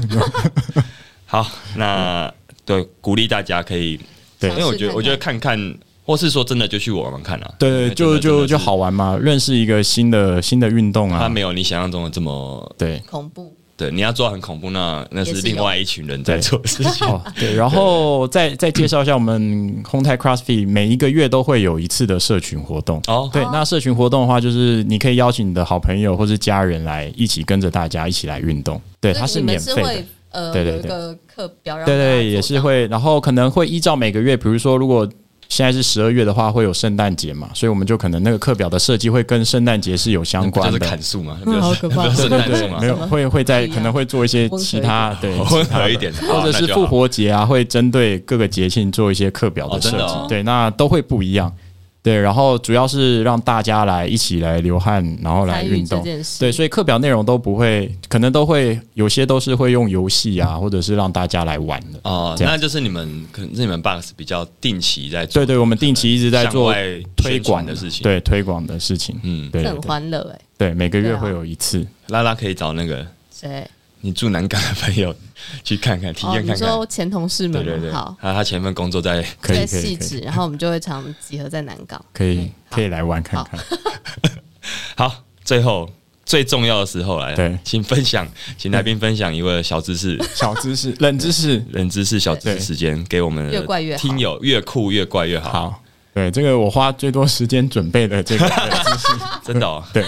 [SPEAKER 1] 好，那对鼓励大家可以，
[SPEAKER 3] 对
[SPEAKER 1] 因为我觉
[SPEAKER 2] 尝试看
[SPEAKER 1] 得
[SPEAKER 2] 看
[SPEAKER 1] 我觉得看看，或是说真的就去玩玩看啊。
[SPEAKER 3] 对
[SPEAKER 1] 因
[SPEAKER 3] 对，
[SPEAKER 1] 为
[SPEAKER 3] 就
[SPEAKER 1] 真的真
[SPEAKER 3] 就
[SPEAKER 1] 的
[SPEAKER 3] 就是好，玩嘛，认识一个新的新的运动
[SPEAKER 1] 它
[SPEAKER 3] 啊，
[SPEAKER 1] 没有你想象中的这么
[SPEAKER 3] 对。
[SPEAKER 2] 恐怖，
[SPEAKER 1] 对。你要做很恐怖，那那
[SPEAKER 2] 也
[SPEAKER 1] 是
[SPEAKER 2] 是
[SPEAKER 1] 另
[SPEAKER 2] 有
[SPEAKER 1] 外一群人在做的事情。
[SPEAKER 3] 哦，对，然后再再介绍一下我们 Home Tech CrossFit，每一个月都会有一次的社群活动。
[SPEAKER 1] 哦
[SPEAKER 3] 对，那社群活动的话，就是你可以邀请你的好朋友或是家人来一起跟着大家一起来运动。对，
[SPEAKER 2] 所
[SPEAKER 3] 它
[SPEAKER 2] 以
[SPEAKER 3] 是
[SPEAKER 2] 你
[SPEAKER 3] 免
[SPEAKER 2] 们是
[SPEAKER 3] 费的
[SPEAKER 2] 会。呃
[SPEAKER 3] 对对
[SPEAKER 2] 有一
[SPEAKER 3] 对
[SPEAKER 2] 个课表让
[SPEAKER 3] 对
[SPEAKER 2] 大家
[SPEAKER 3] 对，也
[SPEAKER 2] 做
[SPEAKER 3] 是
[SPEAKER 2] 到
[SPEAKER 3] 会，然后可能会依照每个月，比如说如果现在是十二月的话，会有圣诞节嘛，所以我们就可能那个课表的设计会跟圣诞节是有相
[SPEAKER 1] 那
[SPEAKER 3] 关
[SPEAKER 1] 不
[SPEAKER 3] 的
[SPEAKER 1] 就是。砍树吗？那不
[SPEAKER 2] 嗯
[SPEAKER 1] 就
[SPEAKER 2] 好
[SPEAKER 1] 是
[SPEAKER 2] 可怕
[SPEAKER 1] 那 不就是圣诞树
[SPEAKER 3] 对，
[SPEAKER 1] 吗
[SPEAKER 3] 没？有会会在
[SPEAKER 2] 不一样
[SPEAKER 3] 可能会做一些
[SPEAKER 2] 温和
[SPEAKER 3] 其
[SPEAKER 2] 一点
[SPEAKER 3] 他 对
[SPEAKER 1] 温和一点的，
[SPEAKER 3] 或者
[SPEAKER 1] 哦好
[SPEAKER 3] 是复。活节啊，会针对各个节庆做一些课表
[SPEAKER 1] 哦
[SPEAKER 3] 的设
[SPEAKER 1] 真
[SPEAKER 3] 计，
[SPEAKER 1] 的哦
[SPEAKER 3] 对，那都会不一样。对，然后主要是让大家来一起来流汗，然后来
[SPEAKER 2] 参与
[SPEAKER 3] 运
[SPEAKER 2] 这
[SPEAKER 3] 动。
[SPEAKER 2] 件事，
[SPEAKER 3] 对，所以课表内容都不会，可能都会有些都是会用游戏啊，或者是让大家来玩的。
[SPEAKER 1] 哦，
[SPEAKER 3] 这样
[SPEAKER 1] 那就是你们可能是你们 Box 比较定期在做
[SPEAKER 3] 对对，我们定期一直在
[SPEAKER 1] 向
[SPEAKER 3] 做
[SPEAKER 1] 外
[SPEAKER 3] 推
[SPEAKER 1] 宣
[SPEAKER 3] 广
[SPEAKER 1] 传的事情。，
[SPEAKER 3] 对推广的事情。
[SPEAKER 1] 嗯，
[SPEAKER 3] 对
[SPEAKER 2] 这
[SPEAKER 3] 对
[SPEAKER 2] 很欢乐哎，
[SPEAKER 3] 对，每个
[SPEAKER 2] 对
[SPEAKER 3] 月
[SPEAKER 2] 啊
[SPEAKER 3] 会有一次。
[SPEAKER 1] 拉拉可以找那个
[SPEAKER 2] 谁？
[SPEAKER 1] 你住南港的朋友去看看，体
[SPEAKER 2] 哦，
[SPEAKER 1] 验
[SPEAKER 2] 你
[SPEAKER 1] 看看。
[SPEAKER 2] 说前同事
[SPEAKER 1] 对
[SPEAKER 2] 们
[SPEAKER 1] 对
[SPEAKER 2] 吗
[SPEAKER 1] 对，
[SPEAKER 2] 好，
[SPEAKER 1] 他他前份工作在
[SPEAKER 3] 可
[SPEAKER 2] 在
[SPEAKER 3] 以可以
[SPEAKER 2] 细
[SPEAKER 3] 可
[SPEAKER 2] 致，
[SPEAKER 3] 以
[SPEAKER 2] 然后我们就会常集合在南港。
[SPEAKER 3] 可以
[SPEAKER 2] 好
[SPEAKER 3] 可以来玩看看。
[SPEAKER 1] 好，最后最重要的时候来了，
[SPEAKER 3] 对
[SPEAKER 1] 请分享，请来宾分享一个 小知 识、
[SPEAKER 3] 小知识，冷知识。
[SPEAKER 1] 冷知识、小知识
[SPEAKER 3] 对
[SPEAKER 1] 时间给我们
[SPEAKER 2] 越怪越好
[SPEAKER 1] 听友越酷越怪越好，
[SPEAKER 3] 好， 对这个我花最多时间准备的这个冷知识，
[SPEAKER 1] 真的哦。
[SPEAKER 3] 对，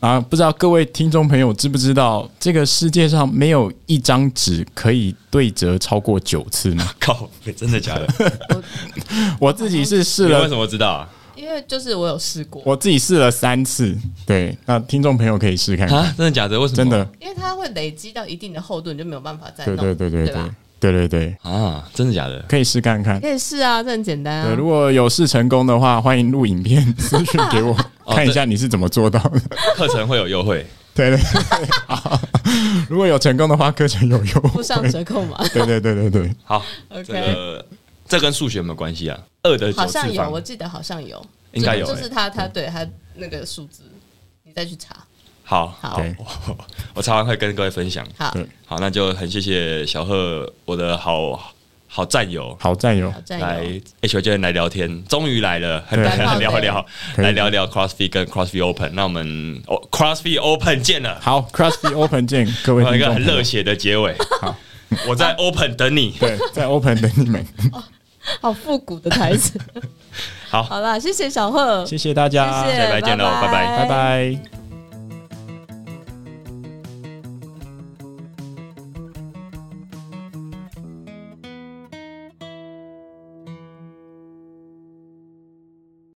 [SPEAKER 3] 啊，不知道各位听众朋友知不知道，这个世界上没有一张纸可以对折超过九 次吗？
[SPEAKER 1] 靠，真的假的？
[SPEAKER 3] 我自己是试
[SPEAKER 1] 你为
[SPEAKER 3] 了，
[SPEAKER 1] 什么知道啊？
[SPEAKER 2] 因为就是我有试过，
[SPEAKER 3] 我自己试了三次。对，那听众朋友可以试看看，
[SPEAKER 1] 啊，真的假的？为什么？
[SPEAKER 3] 真的，
[SPEAKER 2] 因为它会累积到一定的厚度，你就没有办法再
[SPEAKER 3] 对
[SPEAKER 2] 弄，
[SPEAKER 3] 对对对
[SPEAKER 2] 对吧
[SPEAKER 3] 对对对对，
[SPEAKER 1] 啊，真的假的？
[SPEAKER 3] 可以试看看。
[SPEAKER 2] 可以试啊，这很简
[SPEAKER 1] 嗯
[SPEAKER 2] 单
[SPEAKER 3] 对，
[SPEAKER 2] 啊
[SPEAKER 3] 如。果有试成功的话，欢迎录影片 私讯给我，
[SPEAKER 1] 哦
[SPEAKER 3] 看一下你是怎么做到的。
[SPEAKER 1] 课程会有优惠，
[SPEAKER 3] 对对对，好如果有成功的话，课程有优
[SPEAKER 2] 附
[SPEAKER 3] 惠。
[SPEAKER 2] 上折扣 码
[SPEAKER 3] 对对对对对，
[SPEAKER 1] 好
[SPEAKER 2] OK
[SPEAKER 1] 这个这跟数学有没有关系啊？二的九
[SPEAKER 2] 好
[SPEAKER 1] 次
[SPEAKER 2] 像有，
[SPEAKER 1] 方
[SPEAKER 2] 我，记得好像有，
[SPEAKER 1] 应该
[SPEAKER 2] 就
[SPEAKER 1] 有
[SPEAKER 2] 就是它它对它那个数字，你再去查。
[SPEAKER 1] 好
[SPEAKER 2] 好
[SPEAKER 3] 对
[SPEAKER 1] 我我查完会跟各位分享。
[SPEAKER 2] 好，
[SPEAKER 3] 对
[SPEAKER 1] 好，那就很谢谢小贺，我的好好战友。
[SPEAKER 3] 好战友
[SPEAKER 2] 好，
[SPEAKER 1] 来
[SPEAKER 2] 战友，
[SPEAKER 1] H 教练来聊天，终于来了，很
[SPEAKER 3] 对
[SPEAKER 1] 来来聊
[SPEAKER 2] 对
[SPEAKER 1] 聊，
[SPEAKER 3] 可以
[SPEAKER 1] 来聊聊 CrossFit 跟 CrossFit Open。那我们哦 CrossFit Open 见了，
[SPEAKER 3] 好 c r o s s y Open 见，各位
[SPEAKER 1] 我有一
[SPEAKER 3] 听
[SPEAKER 1] 个
[SPEAKER 3] 众
[SPEAKER 1] 很
[SPEAKER 3] 朋友
[SPEAKER 1] 热，血的结尾。我在 Open 等你。
[SPEAKER 3] 对，在 Open 等 你们，
[SPEAKER 2] 好复古的台词。
[SPEAKER 1] 好啊
[SPEAKER 2] 好啦，谢谢小贺，
[SPEAKER 3] 谢谢大家，
[SPEAKER 2] 谢谢
[SPEAKER 1] 下礼拜见喽拜拜
[SPEAKER 3] 拜拜。